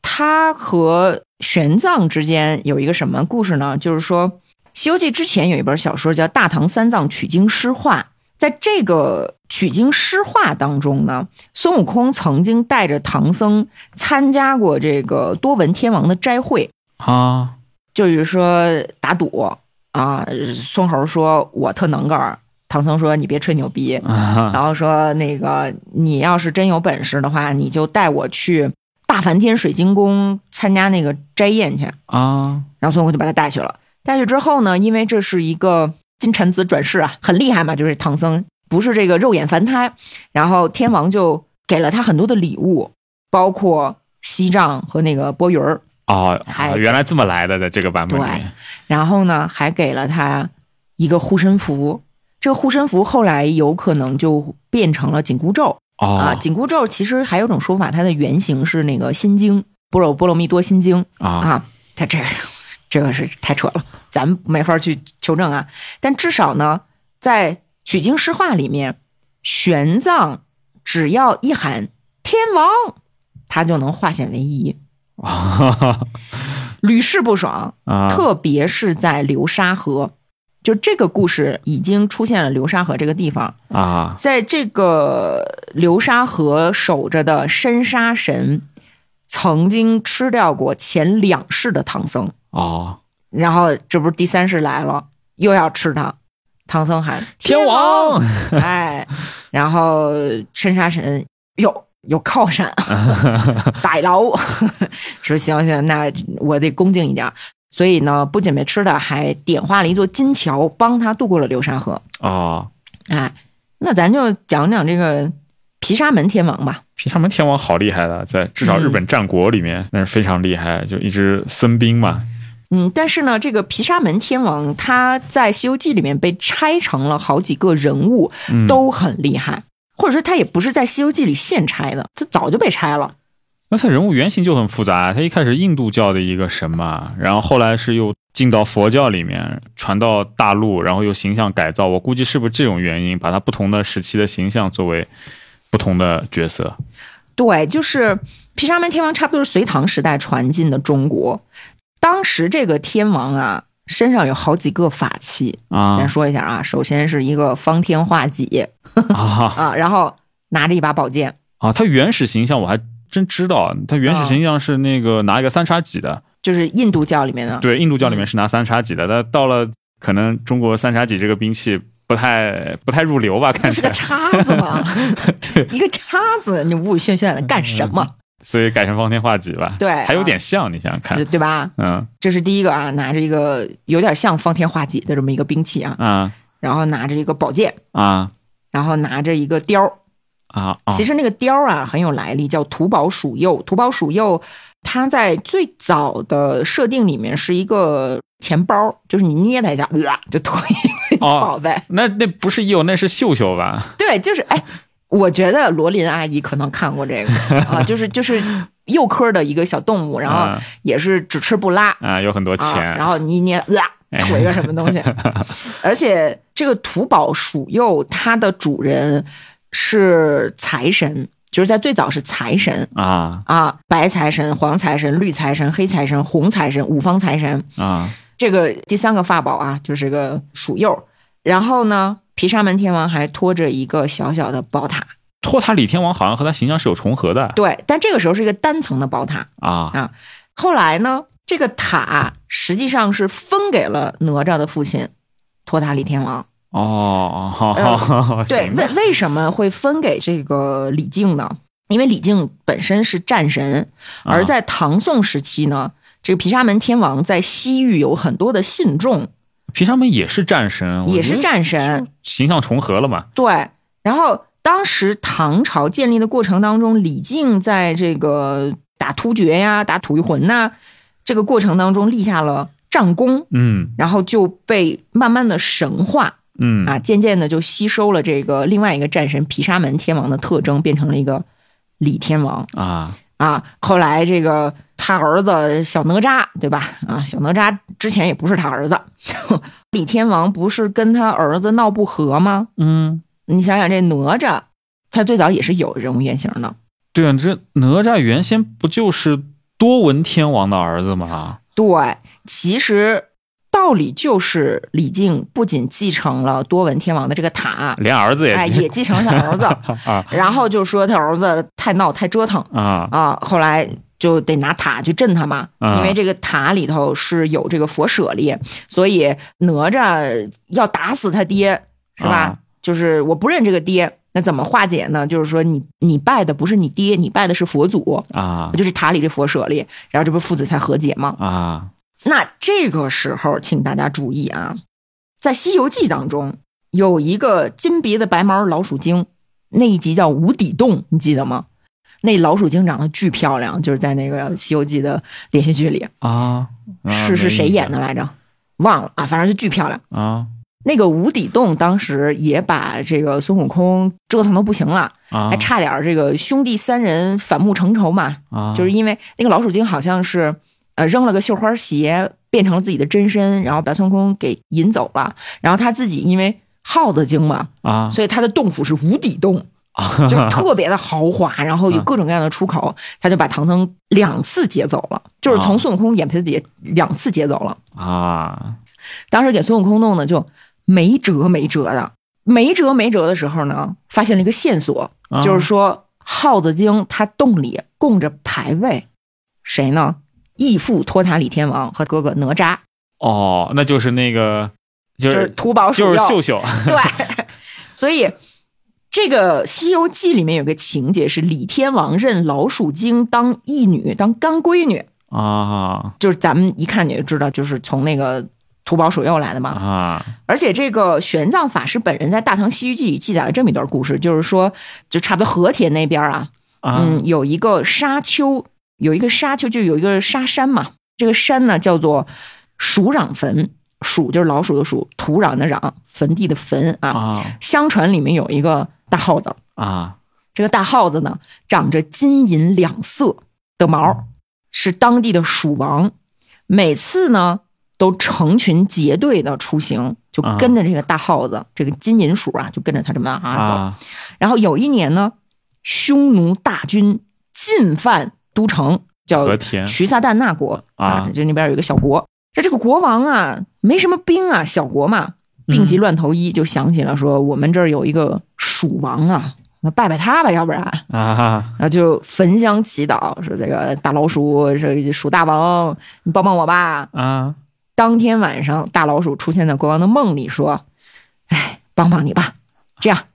S2: 他和玄奘之间有一个什么故事呢？就是说，《西游记》之前有一本小说叫《大唐三藏取经诗话》，在这个取经诗话当中呢，孙悟空曾经带着唐僧参加过这个多闻天王的斋会，
S1: 啊
S2: 就是说打赌啊，孙猴说我特能干儿，唐僧说你别吹牛逼，
S1: 啊
S2: 然后说那个你要是真有本事的话，你就带我去大梵天水晶宫参加那个斋宴去。
S1: 啊
S2: 然后孙悟空就把他带去了。带去之后呢，因为这是一个金蝉子转世啊，很厉害嘛，就是唐僧不是这个肉眼凡胎，然后天王就给了他很多的礼物，包括锡杖和那个钵盂儿。
S1: 哦
S2: 还，
S1: 原来这么来的，在这个版本里面
S2: 然后呢，还给了他一个护身符。这个护身符后来有可能就变成了紧箍咒啊。
S1: 哦
S2: 紧箍咒其实还有一种说法，它的原型是那个《心经》《般若波罗蜜多心经》
S1: 啊
S2: 啊。它这这个是太扯了，咱们没法去求证啊。但至少呢，在取经诗话里面，玄奘只要一喊“天王”，他就能化险为夷，
S1: 啊
S2: 屡试不爽。
S1: 啊！
S2: 特别是在流沙河，就这个故事已经出现了流沙河这个地方，
S1: 啊
S2: 在这个流沙河守着的深沙神，曾经吃掉过前两世的唐僧，
S1: 哦，
S2: 然后这不是第三世来了，又要吃他。唐僧喊
S1: 天王
S2: 王， 哎，然后深沙神哟有 靠山，大佬 说行行，那我得恭敬一点儿。所以呢，不仅没吃的，还点化了一座金桥，帮他渡过了流沙河。
S1: 哦，
S2: 哎，那咱就讲讲这个毗沙门天王吧。
S1: 毗沙门天王好厉害的，在至少日本战国里面，那是非常厉害，就一只僧兵嘛。
S2: 嗯，但是呢，这个毗沙门天王他在《西游记》里面被拆成了好几个人物，
S1: 嗯，
S2: 都很厉害，或者说他也不是在《西游记》里现拆的，他早就被拆了。
S1: 那他人物原型就很复杂，他一开始印度教的一个神嘛，然后后来是又进到佛教里面，传到大陆，然后又形象改造。我估计是不是这种原因，把他不同的时期的形象作为不同的角色
S2: 对，就是毗沙门天王，差不多是隋唐时代传进的中国。当时这个天王啊，身上有好几个法器，
S1: 啊
S2: 咱说一下啊，首先是一个方天画戟
S1: 啊
S2: 啊，然后拿着一把宝剑，
S1: 啊，它原始形象我还真知道，它原始形象是那个拿一个三叉戟的，
S2: 就是印度教里面的，
S1: 对，印度教里
S2: 嗯
S1: 面是拿三叉戟的，但到了可能中国三叉戟这个兵器不太不太入流吧，
S2: 那
S1: 看
S2: 是
S1: 起
S2: 个
S1: 来，
S2: 叉子嘛，
S1: 对，嗯
S2: 一个叉子，你雾宇轩轩的干什么？
S1: 所以改成方天画戟吧，
S2: 对啊
S1: 还有点像，你想想看
S2: 对，对吧？
S1: 嗯
S2: 这是第一个啊，拿着一个有点像方天画戟的这么一个兵器啊，
S1: 啊
S2: 然后拿着一个宝剑，
S1: 啊
S2: 然后拿着一个雕儿，
S1: 啊啊
S2: 其实那个雕儿啊很有来历，叫土宝鼠鼬。土宝鼠鼬，它在最早的设定里面是一个钱包，就是你捏它一下，哇，就脱一个
S1: 哦
S2: 宝贝。
S1: 那那不是鼬，那是秀秀吧？
S2: 对，就是哎，我觉得罗琳阿姨可能看过这个啊，就是就是鼬科的一个小动物，然后
S1: 啊
S2: 也是只吃不拉。
S1: 啊，有很多
S2: 啊，
S1: 钱
S2: 然后你一捏，啦、吐一个什么东西。而且这个土宝鼠鼬，它的主人是财神，就是在最早是财神
S1: 啊
S2: 啊，白财神、黄财神、绿财神、黑财神、红财神、五方财神。
S1: 啊
S2: 这个第三个法宝啊，就是个鼠鼬。然后呢，毗沙门天王还拖着一个小小的宝塔，
S1: 托塔李天王好像和他形象是有重合的
S2: 对，但这个时候是一个单层的宝塔。
S1: 啊
S2: 后来呢，这个塔实际上是分给了哪吒的父亲托塔李天王。
S1: 哦哦哦，
S2: 嗯对，
S1: 行吧
S2: 为为什么会分给这个李靖呢？因为李靖本身是战神，而在唐宋时期呢，这个毗沙门天王在西域有很多的信众，
S1: 平常门也是战神，我
S2: 也
S1: 觉
S2: 是
S1: 得
S2: 战神，
S1: 形象重合了嘛？
S2: 对。然后当时唐朝建立的过程当中，李靖在这个打突厥呀、打吐谷浑呐这个过程当中立下了战功，
S1: 嗯
S2: 然后就被慢慢的神化。
S1: 嗯
S2: 啊，渐渐的就吸收了这个另外一个战神毗沙门天王的特征，变成了一个李天王
S1: 啊
S2: 啊。后来这个他儿子小哪吒，对吧？啊，小哪吒之前也不是他儿子， 李天王不是跟他儿子闹不和吗？
S1: 嗯，
S2: 你想想这哪吒，他最早也是有人物原型的，
S1: 对啊，这哪吒原先不就是多闻天王的儿子吗？
S2: 对，其实。道理就是李靖不仅继承了多闻天王的这个塔，
S1: 连儿子也
S2: 哎，也继承了他儿子，
S1: 啊
S2: 然后就说他儿子太闹太折腾，
S1: 啊
S2: 啊，后来就得拿塔去镇他嘛，
S1: 啊
S2: 因为这个塔里头是有这个佛舍利，所以哪吒要打死他爹，是吧？
S1: 啊
S2: 就是我不认这个爹，那怎么化解呢？就是说你你拜的不是你爹，你拜的是佛祖，
S1: 啊
S2: 就是塔里这佛舍利，然后这不是父子才和解吗？
S1: 啊
S2: 那这个时候，请大家注意啊，在《西游记》当中有一个金鼻子白毛老鼠精，那一集叫无底洞，你记得吗？那老鼠精长得巨漂亮，就是在那个《西游记》的连续剧里，
S1: 啊！啊
S2: 是是谁演的来着？忘了啊，反正就巨漂亮。
S1: 没印象啊
S2: 那个无底洞当时也把这个孙悟空折腾都不行了，
S1: 啊
S2: 还差点儿这个兄弟三人反目成仇嘛，
S1: 啊，
S2: 就是因为那个老鼠精好像是呃扔了个绣花鞋，变成了自己的真身，然后把孙悟空给引走了。然后他自己因为耗子精嘛，
S1: 啊
S2: 所以他的洞府是无底洞，就是特别的豪华，然后有各种各样的出口，他就把唐僧两次劫走了，就是从孙悟空眼皮子底下两次劫走了。
S1: 啊
S2: 当时给孙悟空弄的就没辙没辙的，没辙没辙的时候呢，发现了一个线索，
S1: 啊
S2: 就是说耗子精它洞里供着牌位，谁呢？义父托塔李天王和哥哥哪吒，
S1: 哦，那就是那个就
S2: 就是
S1: 是
S2: 土宝鼠
S1: 就是
S2: 鼬
S1: 秀 秀
S2: 对， 所以这个《西游记》里面有个情节是李天王认老鼠精当义女，当干闺女，
S1: 啊
S2: 就是咱们一看你就知道，就是从那个土宝鼠鼬来的嘛。
S1: 啊
S2: 而且这个玄奘法师本人在《大唐西域记》里记载了这么一段故事，就是说，就差不多和田那边啊，
S1: 啊
S2: 嗯，有一个沙丘，有一个沙丘，就有一个沙山嘛。这个山呢叫做鼠壤坟，鼠就是老鼠的鼠，土壤的壤，坟地的坟啊。
S1: 啊
S2: 相传里面有一个大耗子，
S1: 啊
S2: 这个大耗子呢长着金银两色的毛，是当地的鼠王。每次呢都成群结队的出行，就
S1: 啊
S2: 跟着这个大耗子，这个金银鼠啊，就跟着它这么啊走。
S1: 啊
S2: 然后有一年呢，匈奴大军进犯都城，叫
S1: 和田
S2: 瞿萨旦那国
S1: 啊
S2: 就那边有一个小国。这这个国王啊，没什么兵啊，
S1: 嗯
S2: 小国嘛，病急乱投医，就想起了说我们这儿有一个蜀王啊，那拜拜他吧，要不然，
S1: 啊，
S2: 然后就焚香祈祷，说这个大老鼠，这鼠大王，你帮帮我吧。
S1: 啊，
S2: 当天晚上，大老鼠出现在国王的梦里，说：“哎，帮帮你吧，这样，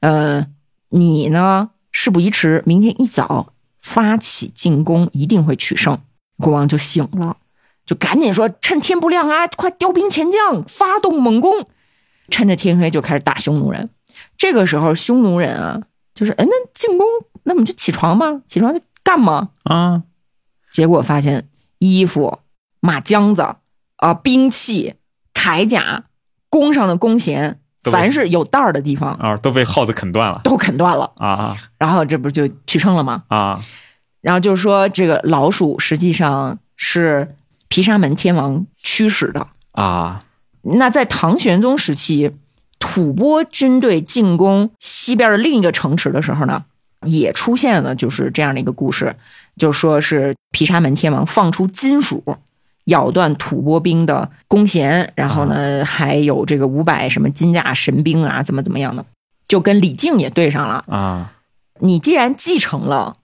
S2: 呃，你呢事不宜迟，明天一早发起进攻，一定会取胜。”国王就醒了，就赶紧说：“趁天不亮啊，快调兵遣将，发动猛攻！”趁着天黑就开始打匈奴人。这个时候，匈奴人啊，就是哎，那进攻，那我们就起床吧，起床就干嘛？
S1: 啊，
S2: 结果发现衣服、马浆子啊、兵器、铠甲、弓上的弓弦，
S1: 都被
S2: 凡是有带儿的地方
S1: 啊，都被耗子啃断了。
S2: 都啃断了。
S1: 啊
S2: 然后这不就取胜了吗？
S1: 啊
S2: 然后就说这个老鼠实际上是毗沙门天王驱使的。
S1: 啊
S2: 那在唐玄宗时期，吐蕃军队进攻西边的另一个城池的时候呢，也出现了就是这样的一个故事，就说是毗沙门天王放出金属。咬断吐蕃兵的弓弦，然后
S1: 啊
S2: 呢，还有这个五百什么金甲神兵啊，怎么怎么样的，就跟李靖也对上了。
S1: 啊！
S2: 你既然继承了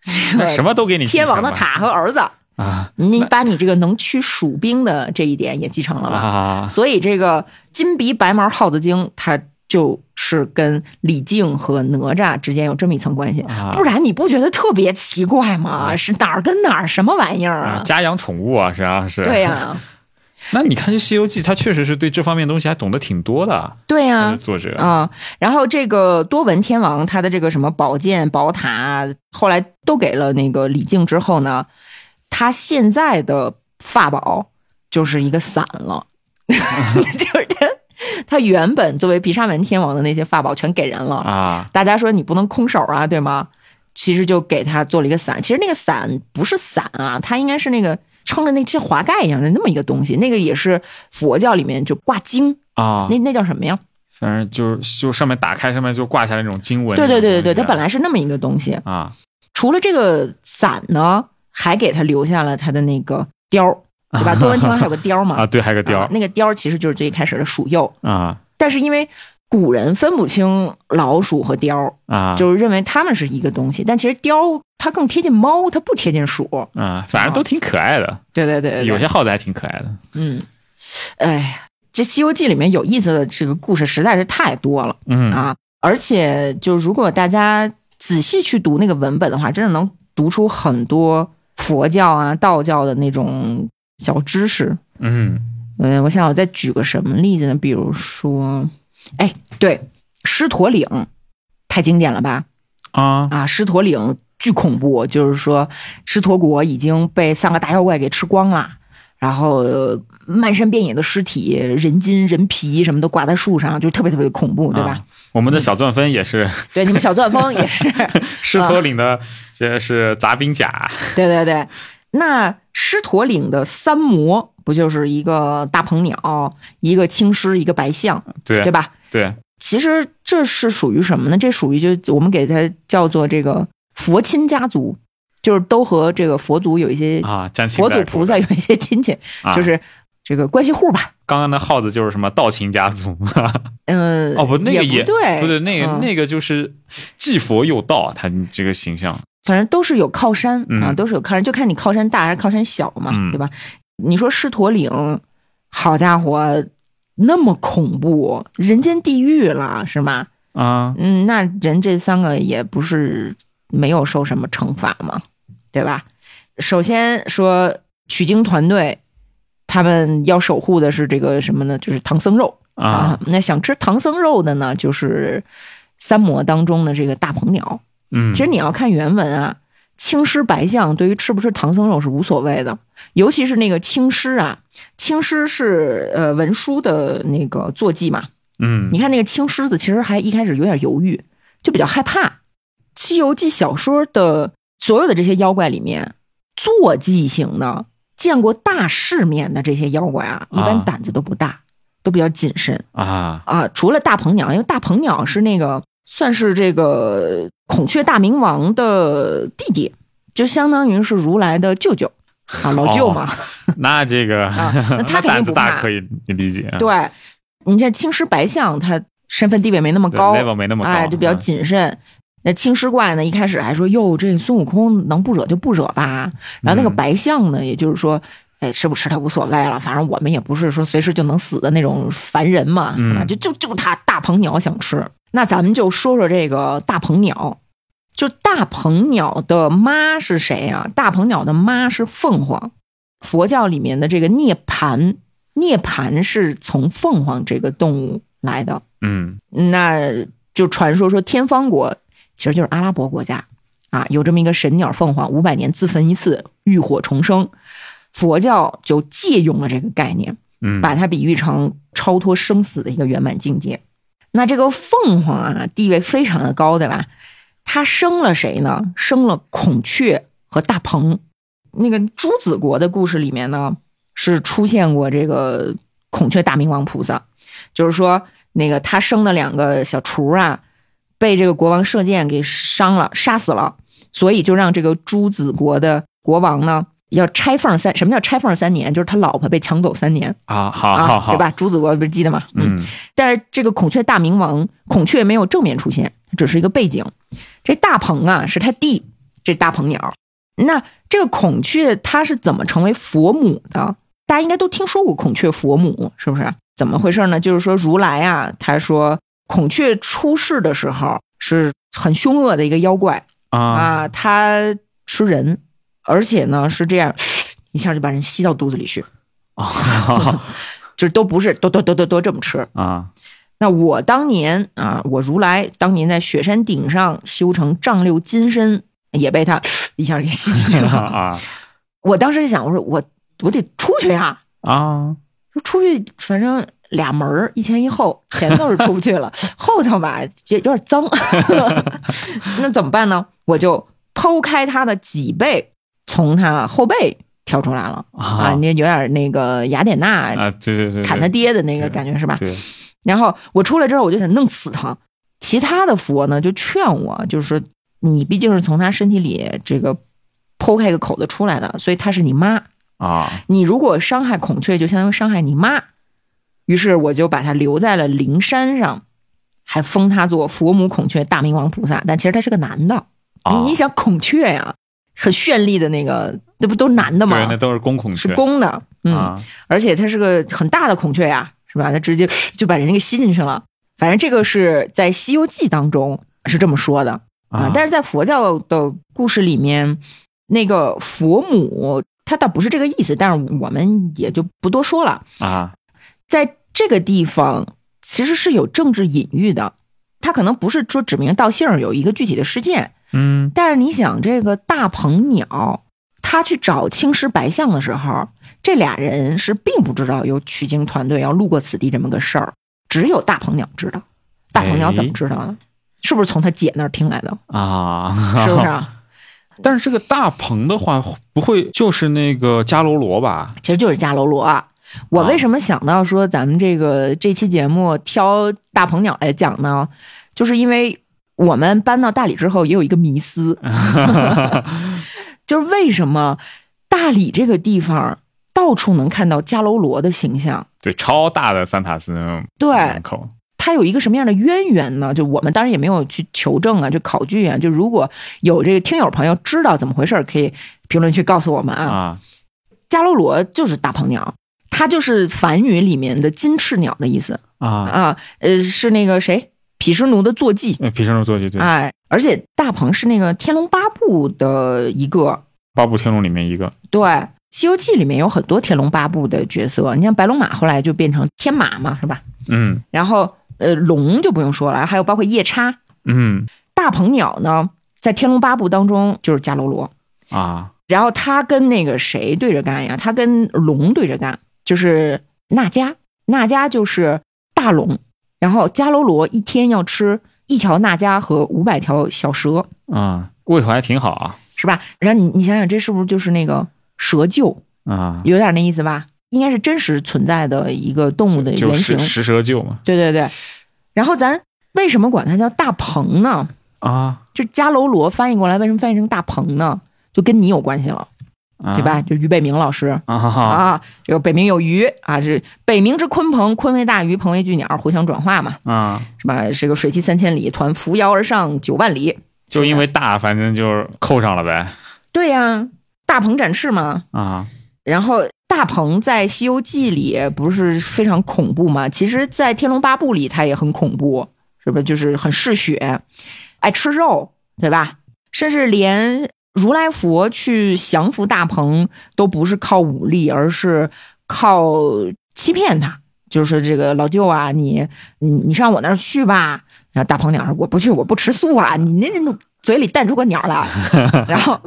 S2: 这
S1: 那什
S2: 个
S1: 么都给你继
S2: 天
S1: 承
S2: 王的
S1: 吧
S2: 塔和儿子，
S1: 啊
S2: 你把你这个能驱蜀兵的这一点也继承了吧？
S1: 啊
S2: 所以这个金鼻白毛耗子精，它就是跟李靖和哪吒之间有这么一层关系。
S1: 啊！
S2: 不然你不觉得特别奇怪吗？是哪儿跟哪儿什么玩意儿
S1: 啊，
S2: 啊？
S1: 家养宠物啊，实际上是。
S2: 对呀、
S1: 那你看这《西游记》，它确实是对这方面东西还懂得挺多的。
S2: 对呀、
S1: 它的作者
S2: 啊、然后这个多闻天王他的这个什么宝剑、宝塔，后来都给了那个李靖之后呢，他现在的法宝就是一个伞 了，就是他他原本作为毗沙门天王的那些法宝全给人了。
S1: 啊
S2: 大家说你不能空手啊，对吗？其实就给他做了一个伞，其实那个伞不是伞啊，它应该是那个撑着那像华盖一样的那么一个东西，那个也是佛教里面就挂经，
S1: 啊，
S2: 那那叫什么呀？
S1: 反正就是就上面打开，上面就挂下来那种经文那
S2: 对
S1: 种
S2: 对
S1: 东西啊。
S2: 对对对，它本来是那么一个东西。
S1: 啊
S2: 除了这个伞呢，还给他留下了他的那个貂儿，对吧？多闻天王还有个貂儿嘛，
S1: 啊，对，还有个貂
S2: 啊那个貂儿其实就是最开始的鼠鼬，
S1: 啊
S2: 但是因为古人分不清老鼠和貂儿，
S1: 啊，
S2: 就是认为它们是一个东西，但其实貂儿它更贴近猫，它不贴近鼠。
S1: 啊，反正都挺可爱的，
S2: 对对对对对
S1: 有些耗子还挺可爱的。
S2: 嗯，哎呀，这《西游记》里面有意思的这个故事实在是太多了。
S1: 嗯
S2: 啊，而且就如果大家仔细去读那个文本的话，真的能读出很多佛教啊、道教的那种小知识。
S1: 嗯
S2: 嗯，我想我再举个什么例子呢？比如说，哎，对，狮驼岭太经典了吧？
S1: 啊
S2: 啊，狮驼岭巨恐怖，就是说狮驼国已经被三个大妖怪给吃光了。然后呃漫山遍野的尸体、人筋、人皮什么都挂在树上，就特别特别恐怖，对吧？嗯啊
S1: 啊我们的小钻分也是
S2: 对，你们小钻风 也是，
S1: 狮驼岭的，这是杂兵甲
S2: 对对对，那狮驼岭的三魔不就是一个大鹏鸟、一个青狮、一个白象，
S1: 对
S2: 对吧？
S1: 对
S2: 其实这是属于什么呢？这属于就我们给它叫做这个佛亲家族，就是都和这个佛祖有一些、
S1: 啊，沾亲
S2: 佛
S1: 带
S2: 祖
S1: 故
S2: 菩萨有一些亲戚，
S1: 啊
S2: 就是这个关系户吧。
S1: 刚刚那耗子就是什么道秦家族，
S2: 嗯，
S1: 哦不那个也
S2: 不对，
S1: 不对，那个、
S2: 嗯
S1: 那个就是既佛又道，他这个形象，
S2: 反正都是有靠山、
S1: 嗯
S2: 啊，都是有靠山，就看你靠山大还是靠山小嘛，
S1: 嗯
S2: 对吧？你说狮驼岭，好家伙，那么恐怖，人间地狱了是吗？
S1: 啊
S2: 嗯，那人这三个也不是没有受什么惩罚嘛，对吧？首先说取经团队，他们要守护的是这个什么呢？就是唐僧肉
S1: 啊，
S2: 那想吃唐僧肉的呢，就是三魔当中的这个大鹏鸟。
S1: 嗯，
S2: 其实你要看原文啊，青狮白象对于吃不吃唐僧肉是无所谓的，尤其是那个青狮啊，青狮是呃文殊的那个坐骑嘛。
S1: 嗯
S2: 你看那个青狮子，其实还一开始有点犹豫，就比较害怕。《西游记》小说的所有的这些妖怪里面，坐骑型的见过大世面的这些妖怪啊，一
S1: 啊
S2: 般胆子都不大，都比较谨慎。
S1: 啊
S2: 啊，除了大鹏鸟，因为大鹏鸟是那个算是这个孔雀大明王的弟弟，就相当于是如来的舅舅啊，老舅嘛。
S1: 那这个、
S2: 啊那他肯定
S1: 胆子
S2: 不
S1: 大
S2: 怕
S1: 可以理解，啊对
S2: 对，你这青狮白象，他身份地位没那么高，
S1: ，level 没那么高，
S2: 哎，就比较
S1: 嗯
S2: 谨慎。那青狮怪呢，一开始还说哟，这孙悟空能不惹就不惹吧。然后
S1: 嗯
S2: 那个白象呢，也就是说，哎，吃不吃他无所谓了，反正我们也不是说随时就能死的那种凡人嘛，
S1: 嗯
S2: 对吧？就就就他大鹏鸟想吃。那咱们就说说这个大鹏鸟，就大鹏鸟的妈是谁啊？大鹏鸟的妈是凤凰，佛教里面的这个涅盘，涅盘是从凤凰这个动物来的。
S1: 嗯
S2: 那就传说说天方国其实就是阿拉伯国家啊，有这么一个神鸟凤凰，五百年自焚一次，浴火重生。佛教就借用了这个概念，
S1: 嗯
S2: 把它比喻成超脱生死的一个圆满境界。那这个凤凰啊，地位非常的高，对吧？它生了谁呢？生了孔雀和大鹏。那个朱子国的故事里面呢，是出现过这个孔雀大明王菩萨，就是说那个他生的两个小雏啊，被这个国王射箭给伤了，杀死了，所以就让这个朱子国的国王呢要拆放三，什么叫拆放三年？就是他老婆被抢走三年
S1: 啊，好好
S2: 啊，
S1: 好，
S2: 对？吧？朱子国不是记得吗？
S1: 嗯
S2: 但是这个孔雀大明王，孔雀没有正面出现，只是一个背景。这大鹏啊，是他弟，这大鹏鸟。那这个孔雀它是怎么成为佛母的？大家应该都听说过孔雀佛母，是不是？怎么回事呢？就是说如来啊，他说孔雀出世的时候是很凶恶的一个妖怪
S1: 啊，
S2: 啊，它吃人，而且呢是这样，一下就把人吸到肚子里去，
S1: 啊
S2: 就是都不是，都都都都都这么吃。
S1: 啊，
S2: 那我当年啊，我如来当年在雪山顶上修成丈六金身，也被他一下给吸进去 了。
S1: 啊
S2: 我当时就想，我说我我得出去呀、啊，
S1: 啊，
S2: 说出去反正俩门儿一前一后，前头是出不去 了，后头吧也有点脏， 那怎么办呢？我就剖开他的脊背，从他后背挑出来了 啊，
S1: 啊
S2: 你有点那个雅典娜
S1: 啊，对对对，
S2: 砍他
S1: 对
S2: 爹的那个
S1: 对
S2: 感觉是吧？
S1: 对，
S2: 然后我出来之后，我就想弄死他。其他的佛呢，就劝我，就是说你毕竟是从他身体里这个剖开一个口子出来的，所以他是你妈。
S1: 啊
S2: 你如果伤害孔雀，就相当于伤害你妈。于是我就把他留在了灵山上，还封他做佛母孔雀大明王菩萨。但其实他是个男的。
S1: 啊，
S2: 你想孔雀呀、很绚丽的那个，那不都是男的
S1: 对，那
S2: 吗？
S1: 都是公孔
S2: 是
S1: 雀
S2: 公的，嗯。
S1: 啊，
S2: 而且它是个很大的孔雀呀，是吧？它直接 就把人给吸进去了。反正这个是在《西游记》当中是这么说的啊，但
S1: 是
S2: 是在佛教的故事里面，那个佛母她倒不是这个意思，但是我们也就不多说了。
S1: 啊
S2: 在这个地方其实是有政治隐喻的，它可能不是说指名道姓儿有一个具体的事件，
S1: 嗯
S2: 但是你想，这个大鹏鸟，他去找青狮白象的时候，这俩人是并不知道有取经团队要路过此地这么个事儿，只有大鹏鸟知道。大鹏鸟怎么知道呢？是不是从他姐那儿听来的？
S1: 啊，
S2: 是不是？啊？
S1: 但是这个大鹏的话，不会就是那个迦楼罗吧？
S2: 其实就是伽罗罗啊。我为什么想到说咱们这个这期节目挑大鹏鸟来讲呢？就是因为我们搬到大理之后，也有一个迷思，就是为什么大理这个地方到处能看到迦楼罗的形象？
S1: 对，超大的三塔寺那种
S2: 对
S1: 门，口，
S2: 它有一个什么样的渊源呢？就我们当然也没有去求证啊，就考据啊。就如果有这个听友朋友知道怎么回事儿，可以评论区告诉我们啊。
S1: 啊
S2: 迦楼罗就是大鹏鸟，它就是梵语里面的金翅鸟的意思
S1: 啊，
S2: 啊。呃，是那个谁，毗湿奴的坐骑。
S1: 呃皮什诺坐骑对，
S2: 哎，而且大鹏是那个《天龙八部》的一个，
S1: 八部天龙里面一个
S2: 对，《西游记》里面有很多《天龙八部》的角色，你像白龙马后来就变成天马嘛，是吧？
S1: 嗯
S2: 然后呃，龙就不用说了，还有包括夜叉、
S1: 嗯
S2: 大鹏鸟呢，在《天龙八部》当中就是伽罗罗，
S1: 啊
S2: 然后他跟那个谁对着干呀？他跟龙对着干，就是那迦，那迦就是大龙，然后伽罗罗一天要吃一条那迦和五百条小蛇，
S1: 啊，胃口还挺好啊
S2: 是吧？然后你你想想，这是不是就是那个蛇鹫？
S1: 啊，
S2: 有点那意思吧？应该是真实存在的一个动物的
S1: 就
S2: 原型
S1: 是。食蛇鹫嘛
S2: 对对对。然后咱为什么管它叫大鹏呢？
S1: 啊，
S2: 就迦楼罗翻译过来，为什么翻译成大鹏呢？就跟你有关系了，
S1: 啊
S2: 对？吧？就俞北明老师
S1: 啊哈
S2: 啊
S1: 哈
S2: 这个北冥有鱼啊，是北冥之鲲鹏，鲲为大鱼，鹏为巨鸟，互相转化嘛，
S1: 啊
S2: 是吧？这个水气三千里，团扶摇而上九万里，
S1: 就因为大，反正就是扣上了呗。
S2: 对呀、大鹏展翅嘛。
S1: 啊，
S2: 然后大鹏在《西游记》里不是非常恐怖吗？其实，在《天龙八部》里他也很恐怖，是不是？就是很嗜血，爱吃肉，对吧？甚至连如来佛去降服大鹏都不是靠武力，而是靠欺骗他，就是这个老舅啊，你你你上我那儿去吧。然后大鹏鸟说：“我不去，我不吃素啊！你那那嘴里淡出个鸟来。” 然后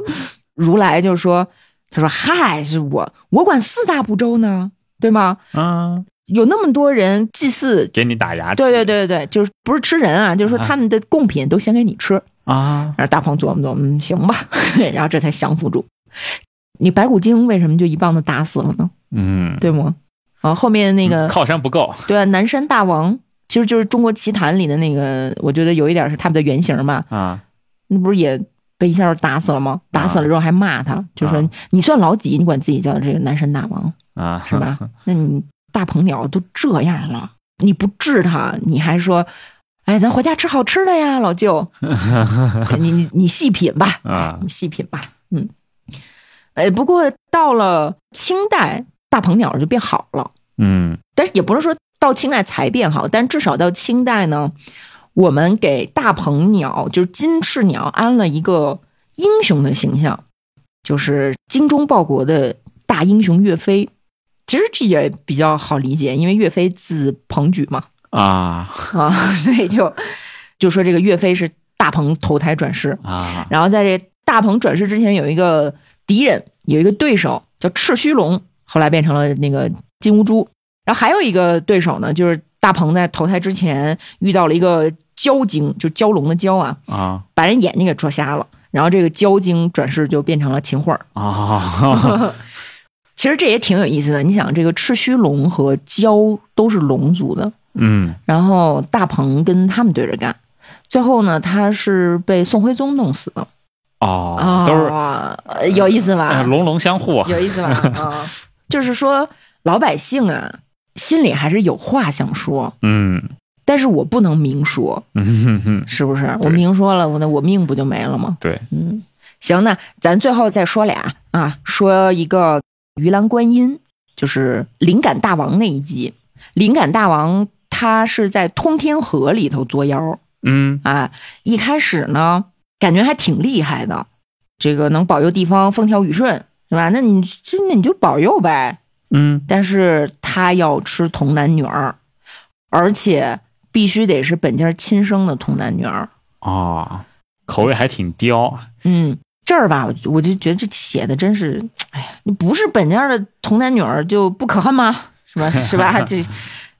S2: 如来就说：“他说嗨，是我我管四大部洲呢，对吗？
S1: 嗯，
S2: 有那么多人祭祀，
S1: 给你打牙祭。
S2: 对对对对，就是不是吃人啊，就是说
S1: 啊
S2: 他们的贡品都先给你吃。
S1: 啊，
S2: 然后大鹏琢磨琢磨，嗯，行吧， 然后这才降服住。你白骨精为什么就一棒子打死了呢？
S1: 嗯，
S2: 对吗？啊，后面那个、
S1: 靠山不够。
S2: 对啊，南山大王其实就是中国奇谭里的那个，我觉得有一点是他们的原型吧。
S1: 啊，
S2: 那不是也被一下就打死了吗？打死了之后还骂他，就说、
S1: 啊
S2: 你算老几？你管自己叫这个南山大王
S1: 啊，
S2: 是吧？那你大鹏鸟都这样了，你不治他，你还说，哎，咱回家吃好吃的呀，老舅，你你你细品吧，
S1: 啊
S2: 你细品吧，嗯，呃，不过到了清代，大鹏鸟就变好了。
S1: 嗯
S2: 但是也不是说到清代才变好，但至少到清代呢，我们给大鹏鸟，就是金翅鸟，安了一个英雄的形象，就是精忠报国的大英雄岳飞。其实这也比较好理解，因为岳飞字鹏举嘛，
S1: 啊
S2: 啊， 所以就就说这个岳飞是大鹏投胎转世。
S1: 啊
S2: 然后在这大鹏转世之前，有一个敌人，有一个对手叫赤须龙，后来变成了那个金乌珠。然后还有一个对手呢，就是大鹏在投胎之前遇到了一个蛟精，就蛟龙的蛟啊，
S1: 啊
S2: 把人眼睛给戳瞎了。然后这个蛟精转世就变成了秦桧儿。
S1: 啊！
S2: 其实这也挺有意思的。你想，这个赤须龙和蛟都是龙族的，
S1: 嗯
S2: 然后大鹏跟他们对着干，最后呢，他是被宋徽宗弄死的。
S1: 哦，都是
S2: 啊、有意思吧？
S1: 哎龙龙相护。
S2: 有 意思吧？啊，就是说老百姓啊，心里还是有话想说，
S1: 嗯
S2: 但是我不能明说，
S1: 嗯哼哼，
S2: 是不是？
S1: 对
S2: 我明说了，我那我命不就没了吗？
S1: 对，
S2: 嗯，行，那咱最后再说俩啊，说一个盂兰观音，就是灵感大王那一集，灵感大王他是在通天河里头作妖，
S1: 嗯
S2: 啊，一开始呢，感觉还挺厉害的，这个能保佑地方风调雨顺，是吧？那你这那你就保佑呗。
S1: 嗯
S2: 但是他要吃童男女儿，而且必须得是本家亲生的童男女儿。
S1: 哦，口味还挺刁。
S2: 嗯，这儿吧，我就我就觉得这写的真是，哎呀，你不是本家的童男女儿就不可恨吗？是吧？是吧？这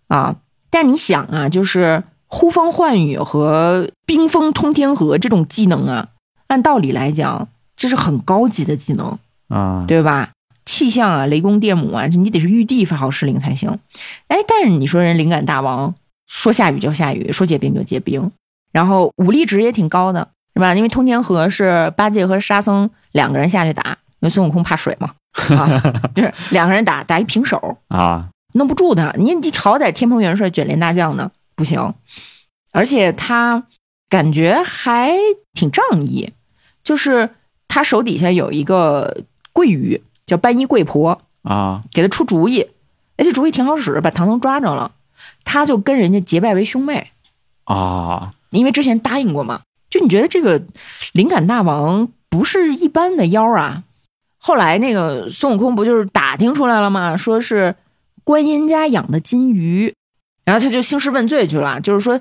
S2: 啊，但你想啊，就是呼风唤雨和冰封通天河这种技能啊，按道理来讲，这是很高级的技能，
S1: 啊，
S2: 对吧？气象啊，雷公电母啊，这你得是玉帝发号施令才行。哎，但是你说人灵感大王说下雨就下雨，说结冰就结冰，然后武力值也挺高的，是吧？因为通天河是八戒和沙僧两个人下去打，因为孙悟空怕水嘛，啊，就是两个人打打一平手，
S1: 啊
S2: 弄不住他。你你好歹天蓬元帅、卷帘大将呢，不行。而且他感觉还挺仗义，就是他手底下有一个桂鱼叫班衣贵婆，
S1: 啊
S2: 给他出主意，哎，这主意挺好使，把唐僧抓着了，他就跟人家结拜为兄妹，
S1: 啊！
S2: 因为之前答应过嘛。就你觉得这个灵感大王不是一般的妖啊？后来那个孙悟空不就是打听出来了吗？说是观音家养的金鱼，然后他就兴师问罪去了，就是说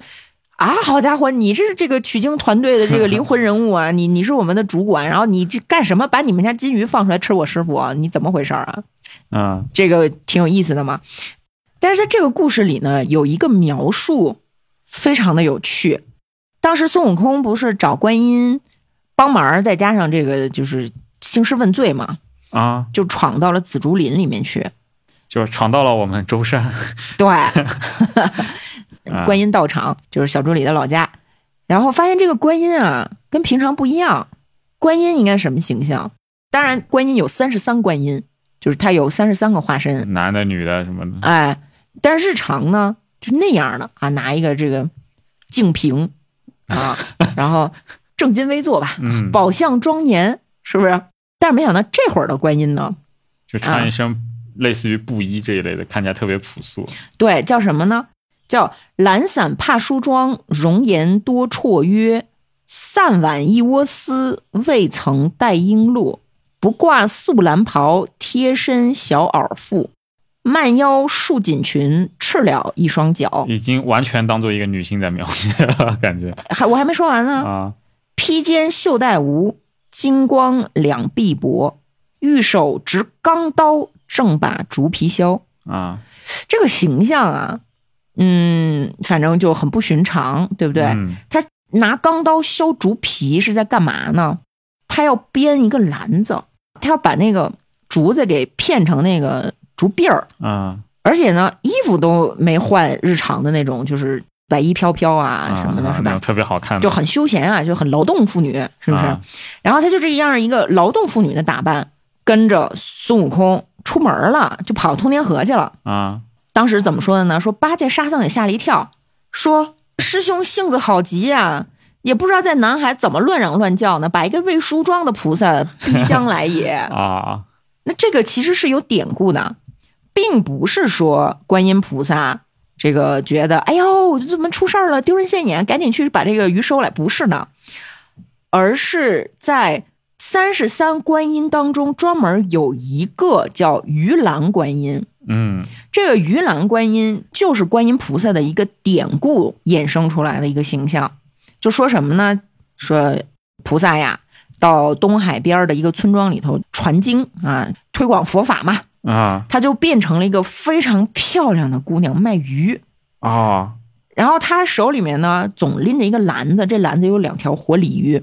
S2: 啊，好家伙，你是这个取经团队的这个灵魂人物啊， 你你是我们的主管，然后你这干什么？把你们家金鱼放出来吃我师傅啊？你怎么回事儿啊？
S1: 嗯
S2: 这个挺有意思的嘛。但是在这个故事里呢，有一个描述非常的有趣。当时孙悟空不是找观音帮忙，再加上这个就是兴师问罪嘛，
S1: 啊，
S2: 就闯到了紫竹林里面去。
S1: 就是闯到了我们舟山。
S2: 对，
S1: 啊
S2: 观音道场就是小助理的老家，然后发现这个观音啊跟平常不一样，观音应该什么形象？当然，观音有三十三观音，就是它有三十三个化身，
S1: 男的、女的什么的。
S2: 哎，但是日常呢，就那样的啊，拿一个这个净瓶啊，然后。正襟危坐吧，
S1: 嗯，
S2: 宝相庄严，是不是？但是没想到这会儿的观音呢，
S1: 就穿一身类似于布衣这一类的，看起来特别朴素。
S2: 对，叫什么呢？叫懒散怕梳妆，容颜多绰约。散挽一窝丝，未曾带璎珞。不挂素兰袍，贴身小袄妇。慢腰束紧裙，赤了一双脚。
S1: 已经完全当做一个女性在描写了，感觉
S2: 还我还没说完呢。
S1: 啊，
S2: 披肩袖带无，金光两臂薄。玉手执钢刀，正把竹皮削。
S1: 啊，
S2: 这个形象啊，嗯，反正就很不寻常，对不对？
S1: 嗯
S2: 拿钢刀削竹皮是在干嘛呢？他要编一个篮子，他要把那个竹子给片成那个竹篦儿，
S1: 啊，
S2: 而且呢，衣服都没换，日常的那种就是白衣飘飘啊什么的，
S1: 啊
S2: 是
S1: 那
S2: 吧
S1: 种？特别好看的，
S2: 就很休闲啊，就很劳动妇女，是不是？
S1: 啊
S2: 然后他就这样一个劳动妇女的打扮，跟着孙悟空出门了，就跑通天河去了。
S1: 啊
S2: 当时怎么说的呢？说八戒、沙僧也吓了一跳，说师兄性子好急呀、也不知道在南海怎么乱嚷乱叫呢，把一个未梳妆的菩萨逼将来也。
S1: 啊
S2: 那这个其实是有典故的，并不是说观音菩萨这个觉得，哎呦，我怎么出事儿了，丢人现眼，赶紧去把这个鱼收来，不是呢，而是在三十三观音当中专门有一个叫鱼篮观音，
S1: 嗯
S2: 这个鱼篮观音就是观音菩萨的一个典故衍生出来的一个形象，就说什么呢？说菩萨呀，到东海边的一个村庄里头传经啊，推广佛法嘛，
S1: 啊
S2: 她就变成了一个非常漂亮的姑娘卖鱼，
S1: 啊
S2: 然后她手里面呢总拎着一个篮子，这篮子有两条活鲤鱼，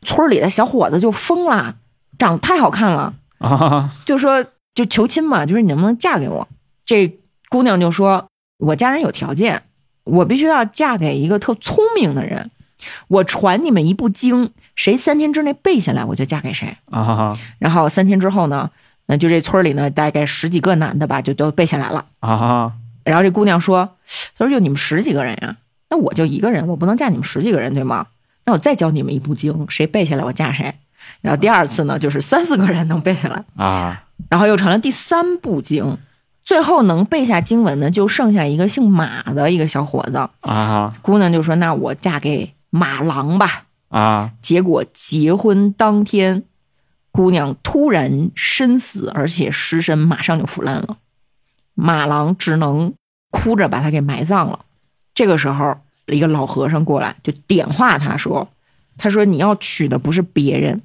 S2: 村里的小伙子就疯了，长得太好看了，
S1: 啊
S2: 就说就求亲嘛，就是你能不能嫁给我？这姑娘就说，我家人有条件，我必须要嫁给一个特聪明的人。我传你们一部经，谁三天之内背下来，我就嫁给谁。
S1: 啊
S2: 然后三天之后呢，那就这村里呢，大概十几个男的吧，就都背下来了。
S1: 啊
S2: 然后这姑娘说，她说就你们十几个人呀、那我就一个人，我不能嫁你们十几个人，对吗？那我再教你们一部经，谁背下来我嫁谁。然后第二次呢，就是三四个人能背下来。
S1: 啊
S2: 然后又成了第三部经。最后能背下经文的，就剩下一个姓马的一个小伙子。
S1: 啊
S2: 姑娘就说：“那我嫁给马郎吧。
S1: 啊”
S2: 结果结婚当天，姑娘突然身死，而且尸身马上就腐烂了。马郎只能哭着把她给埋葬了。这个时候，一个老和尚过来就点化她说：“他说你要娶的不是别人，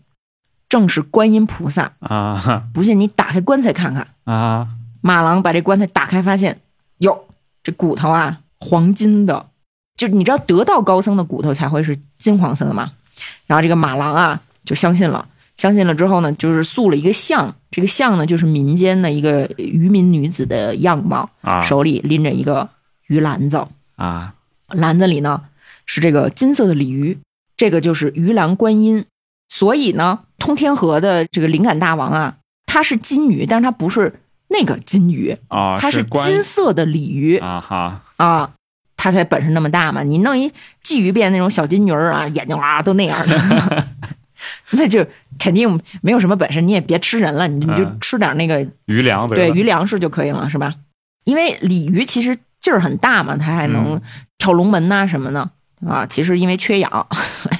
S2: 正是观音菩萨。
S1: 啊
S2: 不信你打开棺材看看。”
S1: 啊
S2: 马郎把这棺材打开，发现哟，这骨头啊，黄金的，就你知道得道高僧的骨头才会是金黄色的嘛。然后这个马郎啊，就相信了，相信了之后呢，就是塑了一个像，这个像呢就是民间的一个渔民女子的样貌，
S1: 啊
S2: 手里拎着一个鱼篮子，
S1: 啊
S2: 篮子里呢是这个金色的鲤鱼，这个就是鱼篮观音。所以呢，通天河的这个灵感大王啊，他是金鱼，但是他不是那个金鱼，
S1: 啊！
S2: 它是
S1: 关
S2: 金色的鲤鱼
S1: 啊哈
S2: 啊，它才本事那么大嘛。你弄一鲫鱼变那种小金鱼儿啊，眼睛啊都那样的， 那就肯定没有什么本事。你也别吃人了，你就你就
S1: 嗯
S2: 吃点那个
S1: 余粮
S2: 对
S1: 吧
S2: 鱼粮食就可以了，是吧？因为鲤鱼其实劲儿很大嘛，它还能
S1: 嗯
S2: 跳龙门呐、什么的、啊。其实因为缺氧，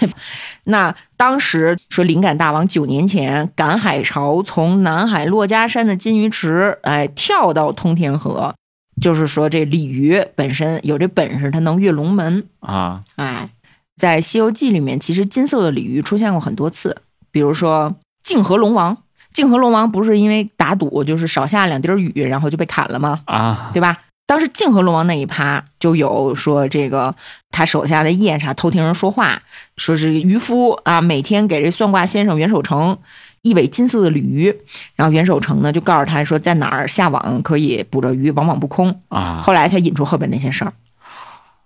S2: 那当时说灵感大王九年前赶海潮，从南海珞珈山的金鱼池，哎，跳到通天河，就是说这鲤鱼本身有这本事，它能跃龙门。
S1: 啊
S2: 哎，在《西游记》里面，其实金色的鲤鱼出现过很多次，比如说泾河龙王。泾河龙王不是因为打赌，就是少下两滴儿雨，然后就被砍了吗？
S1: 啊
S2: 对吧？当时泾河龙王那一趴就有说，这个他手下的夜叉偷听人说话，说是渔夫啊，每天给这算卦先生袁守诚一尾金色的鲤鱼，然后袁守诚呢就告诉他说在哪儿下网可以捕着鱼，往往不空。
S1: 啊
S2: 后来才引出后边那些事儿。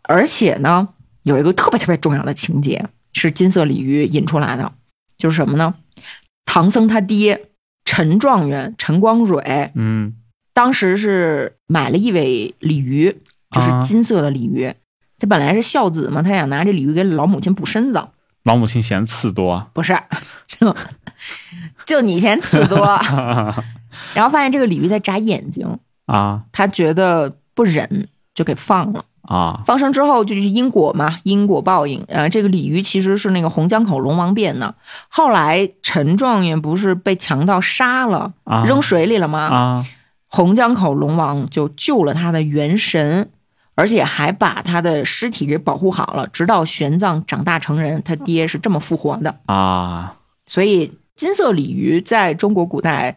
S2: 而且呢，有一个特别特别重要的情节是金色鲤鱼引出来的，就是什么呢？唐僧他爹陈状元陈光蕊
S1: 嗯
S2: 当时是买了一尾鲤鱼，就是
S1: 啊
S2: 金色的鲤鱼。他本来是孝子嘛，他想拿这鲤鱼给老母亲补身子，
S1: 老母亲嫌刺多，
S2: 不是，就就你嫌刺多，然后发现这个鲤鱼在眨眼睛，
S1: 啊
S2: 他觉得不忍，就给放了。
S1: 啊
S2: 放生之后就是因果嘛，因果报应。呃，这个鲤鱼其实是那个洪江口龙王变的。后来陈状元不是被强盗杀了，
S1: 啊
S2: 扔水里了吗？
S1: 啊
S2: 洪江口龙王就救了他的元神，而且还把他的尸体给保护好了，直到玄奘长大成人，他爹是这么复活的。
S1: 啊，
S2: 所以金色鲤鱼在中国古代。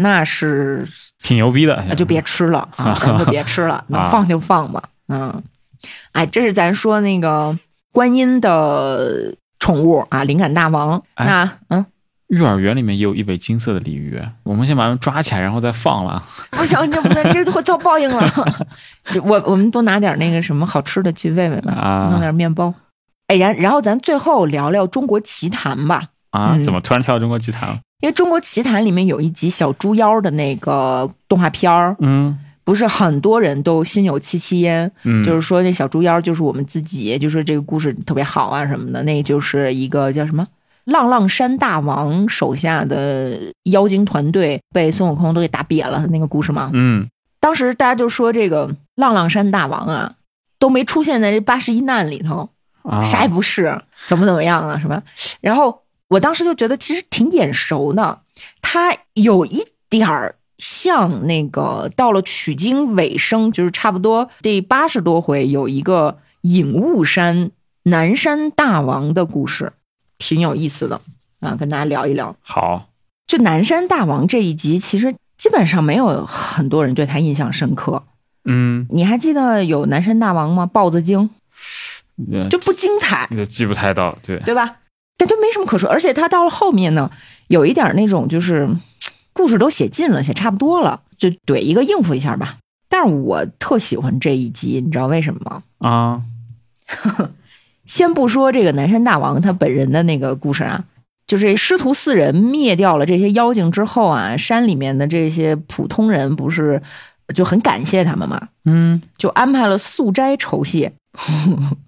S2: 那是
S1: 挺牛逼的
S2: 那，就别吃了啊，咱们就别吃 了，能放就放吧。嗯，哎，这是咱说那个观音的宠物啊，灵感大王。
S1: 哎
S2: 那嗯，
S1: 幼儿园里面也有一尾金色的鲤鱼，我们先把它们抓起来，然后再放了。
S2: 不行，这不能，这会遭报应了。 这我我们多拿点那个什么好吃的去喂喂吧，
S1: 啊
S2: 弄点面包。哎，然然后咱最后聊聊中国奇谭吧，
S1: 啊，
S2: 嗯
S1: 怎么突然跳到中国奇谭了？
S2: 因为中国奇谭里面有一集小猪妖的那个动画片儿，
S1: 嗯
S2: 不是很多人都心有戚戚焉，
S1: 嗯，
S2: 就是说那小猪妖就是我们自己，就说这个故事特别好啊什么的，那就是一个叫什么浪浪山大王手下的妖精团队被孙悟空都给打瘪了的那个故事嘛。
S1: 嗯
S2: 当时大家就说这个浪浪山大王啊，都没出现在这八十一难里头，
S1: 啊，
S2: 啥也不是，怎么怎么样啊什么。然后我当时就觉得其实挺眼熟的，他有一点儿像那个到了取经尾声，就是差不多第八十多回有一个隐雾山南山大王的故事，挺有意思的啊，跟大家聊一聊。
S1: 好
S2: 就南山大王这一集，其实基本上没有很多人对他印象深刻。
S1: 嗯，
S2: 你还记得有南山大王吗？豹子精
S1: 呃
S2: 就不精彩，
S1: 就记不太到，对，
S2: 对吧？感觉没什么可说。而且他到了后面呢，有一点那种就是嘖故事都写尽了，写差不多了，就怼一个应付一下吧。但是我特喜欢这一集，你知道为什么吗？
S1: 啊
S2: 先不说这个南山大王他本人的那个故事啊，就是师徒四人灭掉了这些妖精之后啊，山里面的这些普通人不是就很感谢他们嘛，
S1: 嗯
S2: 就安排了素斋酬谢。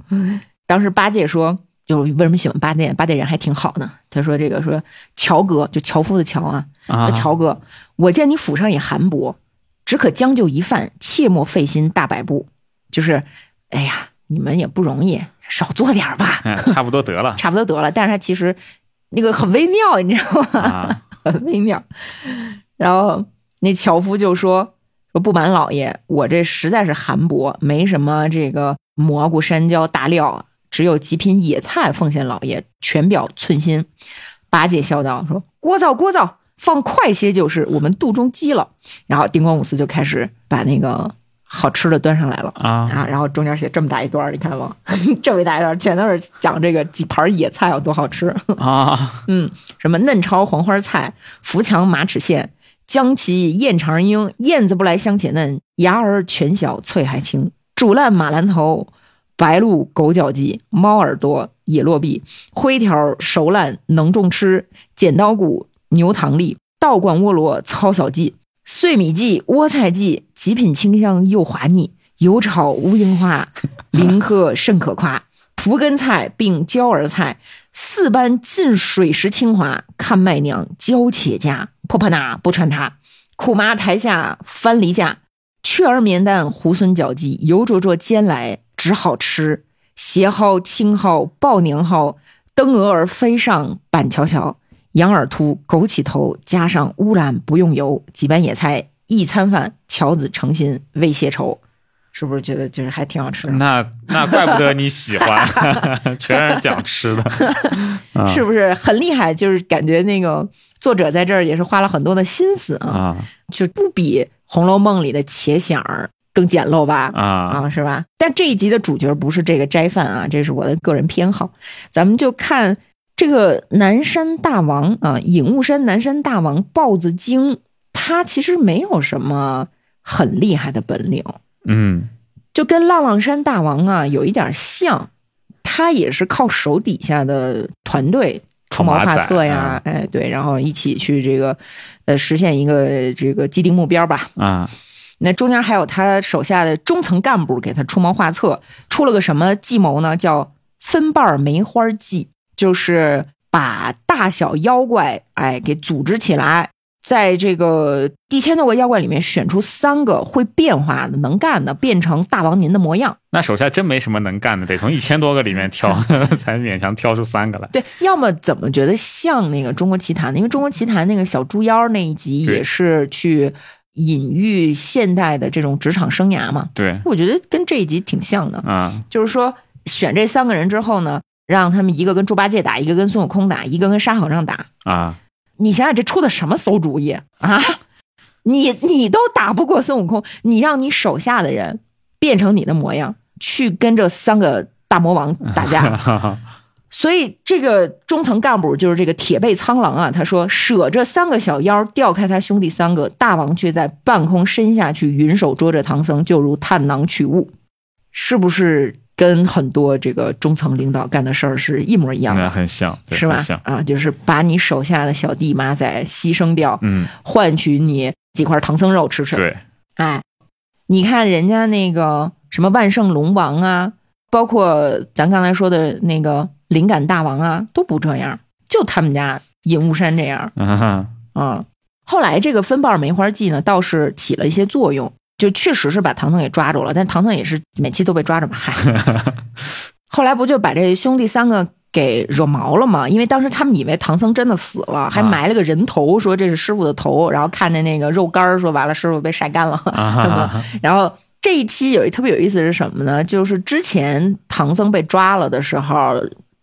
S1: 嗯
S2: 当时八戒说，就是为什么喜欢八戒？八戒人还挺好呢。他说这个说樵哥，就樵夫的樵啊，
S1: 啊
S2: 说樵哥，我见你府上也寒薄，只可将就一饭，切莫费心大摆布。就是，哎呀，你们也不容易，少做点儿吧，
S1: 哎差不多得了
S2: 差不多得了。但是他其实那个很微妙，你知道吗？
S1: 啊
S2: 很微妙。然后那樵夫就说：“说不瞒老爷，我这实在是寒薄，没什么这个蘑菇、山椒、大料，只有几品野菜奉献老爷，全表寸心。”八戒笑道：“说聒噪聒噪，放快些就是，我们肚中饥了。”然后丁光五四就开始把那个好吃的端上来了。
S1: 啊
S2: 啊，然后中间写这么大一段儿，你看吗？ 这么大一段儿，全都是讲这个几盘野菜有多好吃。
S1: 啊
S2: 嗯，什么嫩焯黄花菜、扶墙马齿苋、将其燕长缨，燕子不来香且嫩，芽儿全小翠还青。煮烂马兰头，白鹿狗脚鸡，猫耳朵野落臂，灰条熟烂能种吃，剪刀骨牛糖粒，倒灌窝罗糙扫剂，碎米剂窝菜剂，极品清香又滑腻，油炒乌樱花，林客甚可夸。蒲根菜并椒儿菜，四般浸水时清华，看麦娘娇且佳，婆婆那不穿它，苦麻台下翻篱架，雀儿绵蛋猢狲脚鸡，油灼灼煎来只好吃，斜蒿青蒿抱娘蒿，登鹅儿飞上板桥桥，羊耳秃枸杞头加上乌兰不用油，几瓣野菜一餐饭，乔子诚心为谢愁，是不是觉得就是还挺好吃的？
S1: 那那怪不得你喜欢，全是讲吃的，啊
S2: 是不是很厉害？就是感觉那个作者在这儿也是花了很多的心思啊，
S1: 啊
S2: 就不比《红楼梦》里的茄想儿更简陋吧？
S1: 啊
S2: 啊，是吧？但这一集的主角不是这个斋饭啊，这是我的个人偏好。咱们就看这个南山大王啊，隐雾山南山大王豹子精，他其实没有什么很厉害的本领，
S1: 嗯
S2: 就跟浪浪山大王啊有一点像，他也是靠手底下的团队出谋划策呀，哎对，然后一起去这个呃实现一个这个既定目标吧。
S1: 啊
S2: 那中间还有他手下的中层干部给他出谋划策，出了个什么计谋呢？叫分瓣梅花计。就是把大小妖怪哎给组织起来，在这个一千多个妖怪里面选出三个会变化的、能干的，变成大王您的模样。
S1: 那手下真没什么能干的，得从一千多个里面挑，才勉强挑出三个来。
S2: 对，要么怎么觉得像那个《中国奇谭》呢？因为《中国奇谭》那个小猪妖那一集
S1: 对
S2: 也是去隐喻现代的这种职场生涯嘛，
S1: 对，
S2: 我觉得跟这一集挺像的。
S1: 嗯，
S2: 就是说选这三个人之后呢，让他们一个跟猪八戒打，一个跟孙悟空打，一个跟沙和尚打。
S1: 啊，
S2: 你想想这出的什么馊主意啊！你你都打不过孙悟空，你让你手下的人变成你的模样，去跟这三个大魔王打架。所以这个中层干部就是这个铁背苍狼啊，他说舍这三个小妖，调开他兄弟三个，大王却在半空伸下去，云手捉着唐僧，就如探囊取物，是不是跟很多这个中层领导干的事儿是一模一样
S1: 那
S2: 的？
S1: 很像，啊对
S2: 是吧
S1: 很像？，
S2: 啊，就是把你手下的小弟马仔牺牲掉，
S1: 嗯，
S2: 换取你几块唐僧肉吃吃。
S1: 对，
S2: 哎，你看人家那个什么万圣龙王啊，包括咱刚才说的那个灵感大王啊，都不这样，就他们家银雾山这样
S1: 嗯哼，
S2: 啊、后来这个分瓣梅花记呢，倒是起了一些作用，就确实是把唐僧给抓住了，但唐僧也是每期都被抓着嘛，嗨。后来不就把这兄弟三个给惹毛了吗？因为当时他们以为唐僧真的死了，还
S1: 啊
S2: 埋了个人头，说这是师傅的头，然后看见那个肉干儿，说完了师傅被晒干了。
S1: 啊
S2: 是吧
S1: 哈，
S2: 然后这一期有一特别有意思是什么呢？就是之前唐僧被抓了的时候，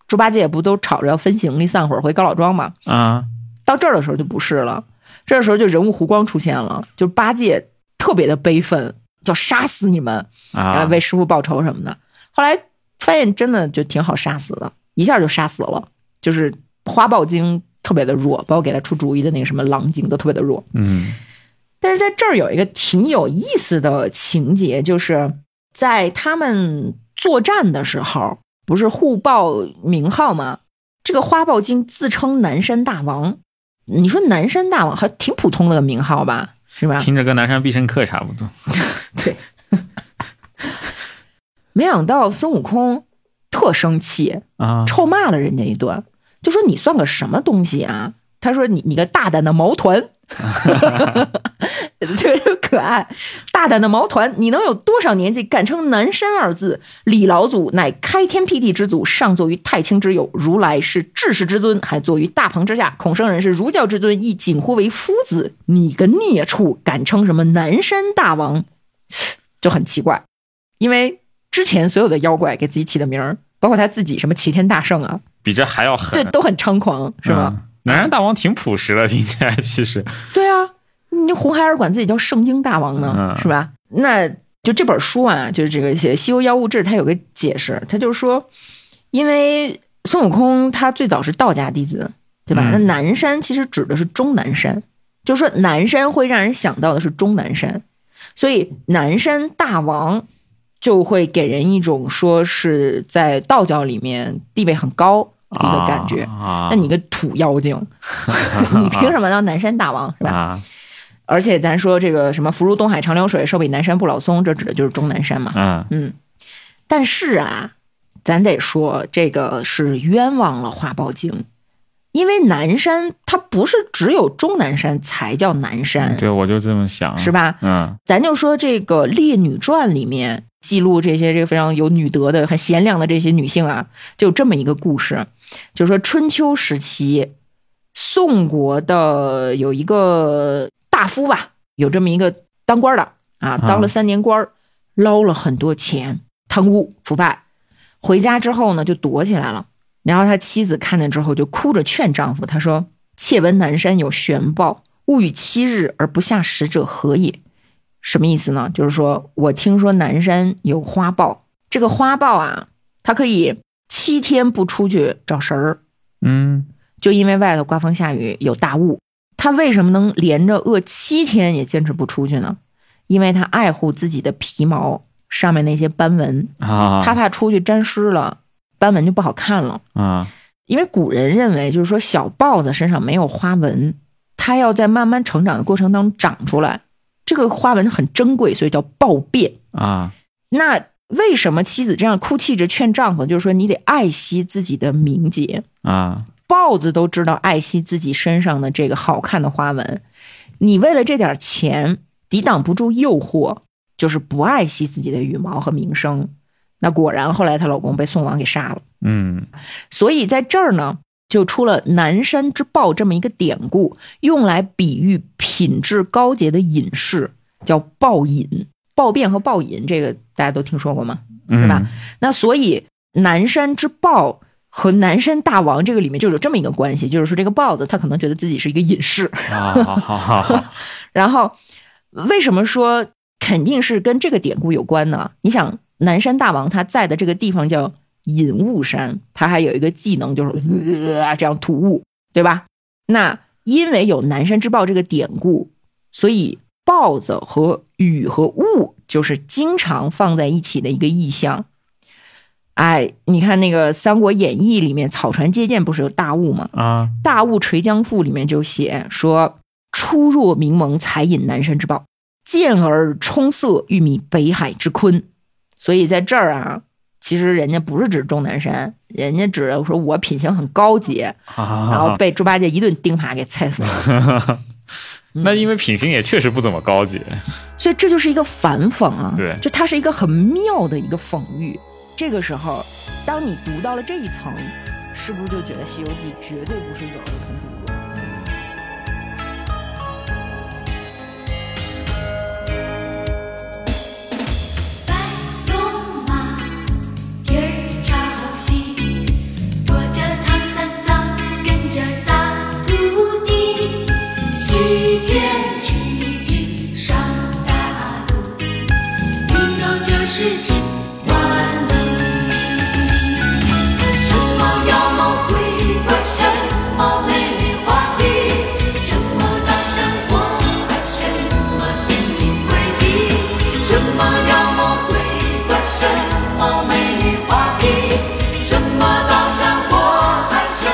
S2: 猪八戒不都吵着要分行李散伙儿回高老庄吗？
S1: 啊，
S2: 到这儿的时候就不是了，这时候就人物弧光出现了，就八戒特别的悲愤，要杀死你们，然
S1: 啊，
S2: 后为师傅报仇什么的。后来发现真的就挺好杀死的，一下就杀死了，就是花豹精特别的弱，包括给他出主意的那个什么狼精都特别的弱。
S1: 嗯，
S2: 但是在这儿有一个挺有意思的情节，就是在他们作战的时候，不是互报名号吗？这个花豹精自称南山大王，你说南山大王还挺普通的个名号吧，是吧？
S1: 听着跟南山必胜客差不多，
S2: 没想到孙悟空特生气，
S1: 啊，
S2: 臭骂了人家一顿，就说你算个什么东西啊？他说你你个大胆的毛团， 特别可爱，大胆的毛团，你能有多少年纪敢称南山二字？李老祖乃开天辟地之祖，上座于太清之右，如来是治世之尊，还坐于大鹏之下。孔圣人是儒教之尊，亦仅乎为夫子。你个孽畜，敢称什么南山大王，就很奇怪，因为之前所有的妖怪给自己起的名儿。包括他自己什么齐天大圣啊，
S1: 比这还要
S2: 对，
S1: 狠，
S2: 都很猖狂，是吧？
S1: 嗯？南山大王挺朴实的，听起来其 实，
S2: 对啊，你红孩儿管自己叫圣婴大王呢，
S1: 嗯
S2: 是吧？那就这本书啊，就是这个写《西游妖物志》，它有个解释，它就说，因为孙悟空他最早是道家弟子，对吧？
S1: 嗯
S2: 那南山其实指的是终南山，就是说南山会让人想到的是终南山，所以南山大王。就会给人一种说是在道教里面地位很高的一个感觉，
S1: 啊，
S2: 那你个土妖精， 你凭什么当南山大王是吧？
S1: 啊
S2: 而且咱说这个什么“福如东海长流水，寿比南山不老松”，这指的就是终南山嘛。
S1: 啊，
S2: 嗯，但是啊，咱得说这个是冤枉了花豹精，因为南山它不是只有终南山才叫南山，
S1: 嗯对，我就这么想，
S2: 嗯是？吧？
S1: 嗯
S2: 咱就说这个《列女传》里面记录这些这个非常有女德的、很贤良的这些女性啊，就有这么一个故事，就是说春秋时期，宋国的有一个大夫吧，有这么一个当官的啊，当了三年官儿，捞了很多钱，贪污腐败，回家之后呢就躲起来了。然后他妻子看见之后就哭着劝丈夫，她说：“妾闻南山有玄豹，勿与七日而不下食者何也？”什么意思呢？就是说我听说南山有花豹，这个花豹啊，它可以七天不出去找食儿，
S1: 嗯，
S2: 就因为外头刮风下雨有大雾。它为什么能连着饿七天也坚持不出去呢？因为它爱护自己的皮毛上面那些斑纹，
S1: 啊，
S2: 它怕出去沾湿了，斑纹就不好看了。
S1: 啊，
S2: 因为古人认为，就是说小豹子身上没有花纹，它要在慢慢成长的过程当中长出来，这个花纹很珍贵，所以叫豹变。
S1: 啊
S2: 那为什么妻子这样哭泣着劝丈夫，就是说你得爱惜自己的名节。
S1: 啊，
S2: 豹子都知道爱惜自己身上的这个好看的花纹，你为了这点钱抵挡不住诱惑，就是不爱惜自己的羽毛和名声。那果然，后来她老公被宋王给杀了。
S1: 嗯
S2: 所以在这儿呢，就出了“南山之豹”这么一个典故，用来比喻品质高洁的隐士，叫豹隐。豹变和豹隐，这个大家都听说过吗？
S1: 嗯，
S2: 是吧？那所以南山之豹和南山大王这个里面就有这么一个关系，就是说这个豹子他可能觉得自己是一个隐士，
S1: 啊，好好好好，
S2: 然后为什么说肯定是跟这个典故有关呢？你想南山大王他在的这个地方叫隐雾山，他还有一个技能就是、呃、这样吐雾，对吧？那因为有南山之豹这个典故，所以豹子和雨和雾就是经常放在一起的一个意象。哎，你看那个《三国演义》里面，草船借箭不是有大雾吗？
S1: 啊
S2: 《大雾垂江赋》里面就写说：“初若明蒙，才引南山之豹，健而冲塞，欲觅北海之鲲。”所以在这儿啊，其实人家不是指钟南山，人家指说我品行很高洁，
S1: 好好
S2: 然
S1: 好
S2: 后
S1: 好。
S2: 被猪八戒一顿钉耙给踩死了。
S1: 那因为品行也确实不怎么高级，
S2: 所以这就是一个反讽啊，
S1: 对
S2: 就它是一个很妙的一个讽喻。这个时候，当你读到了这一层，是不是就觉得《西游记》绝对不是有儿童读物？
S3: 白龙马，蹄儿朝西，驮着唐三藏，跟着仨徒弟，西天取经上大路，一走就是七弯路。什么妖魔鬼怪，什么美女画皮，什么刀山火海，什么陷阱诡计，什么妖魔鬼怪，什么美女画皮，什么刀山火海，什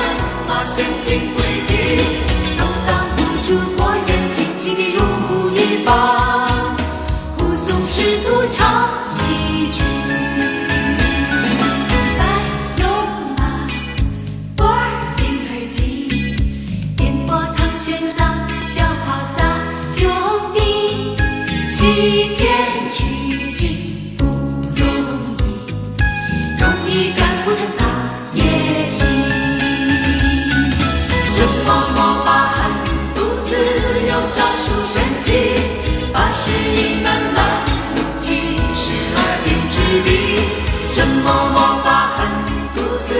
S3: 么陷阱诡计，都挡不住火焰轻轻地入一把，护送师徒唱戏曲。白龙马，波儿云儿急，颠簸唐玄奘，小跑仨兄弟，西天取经不容易，容易干不成大业绩。什么魔法狠毒自有招数神奇，八十一难拦路七十二变之地。什么魔法狠毒自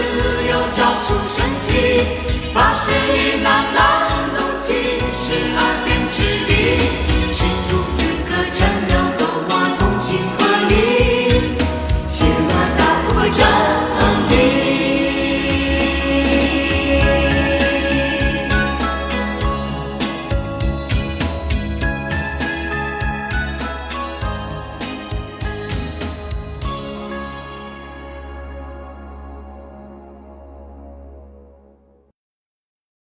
S3: 有招数神奇，八十一难拦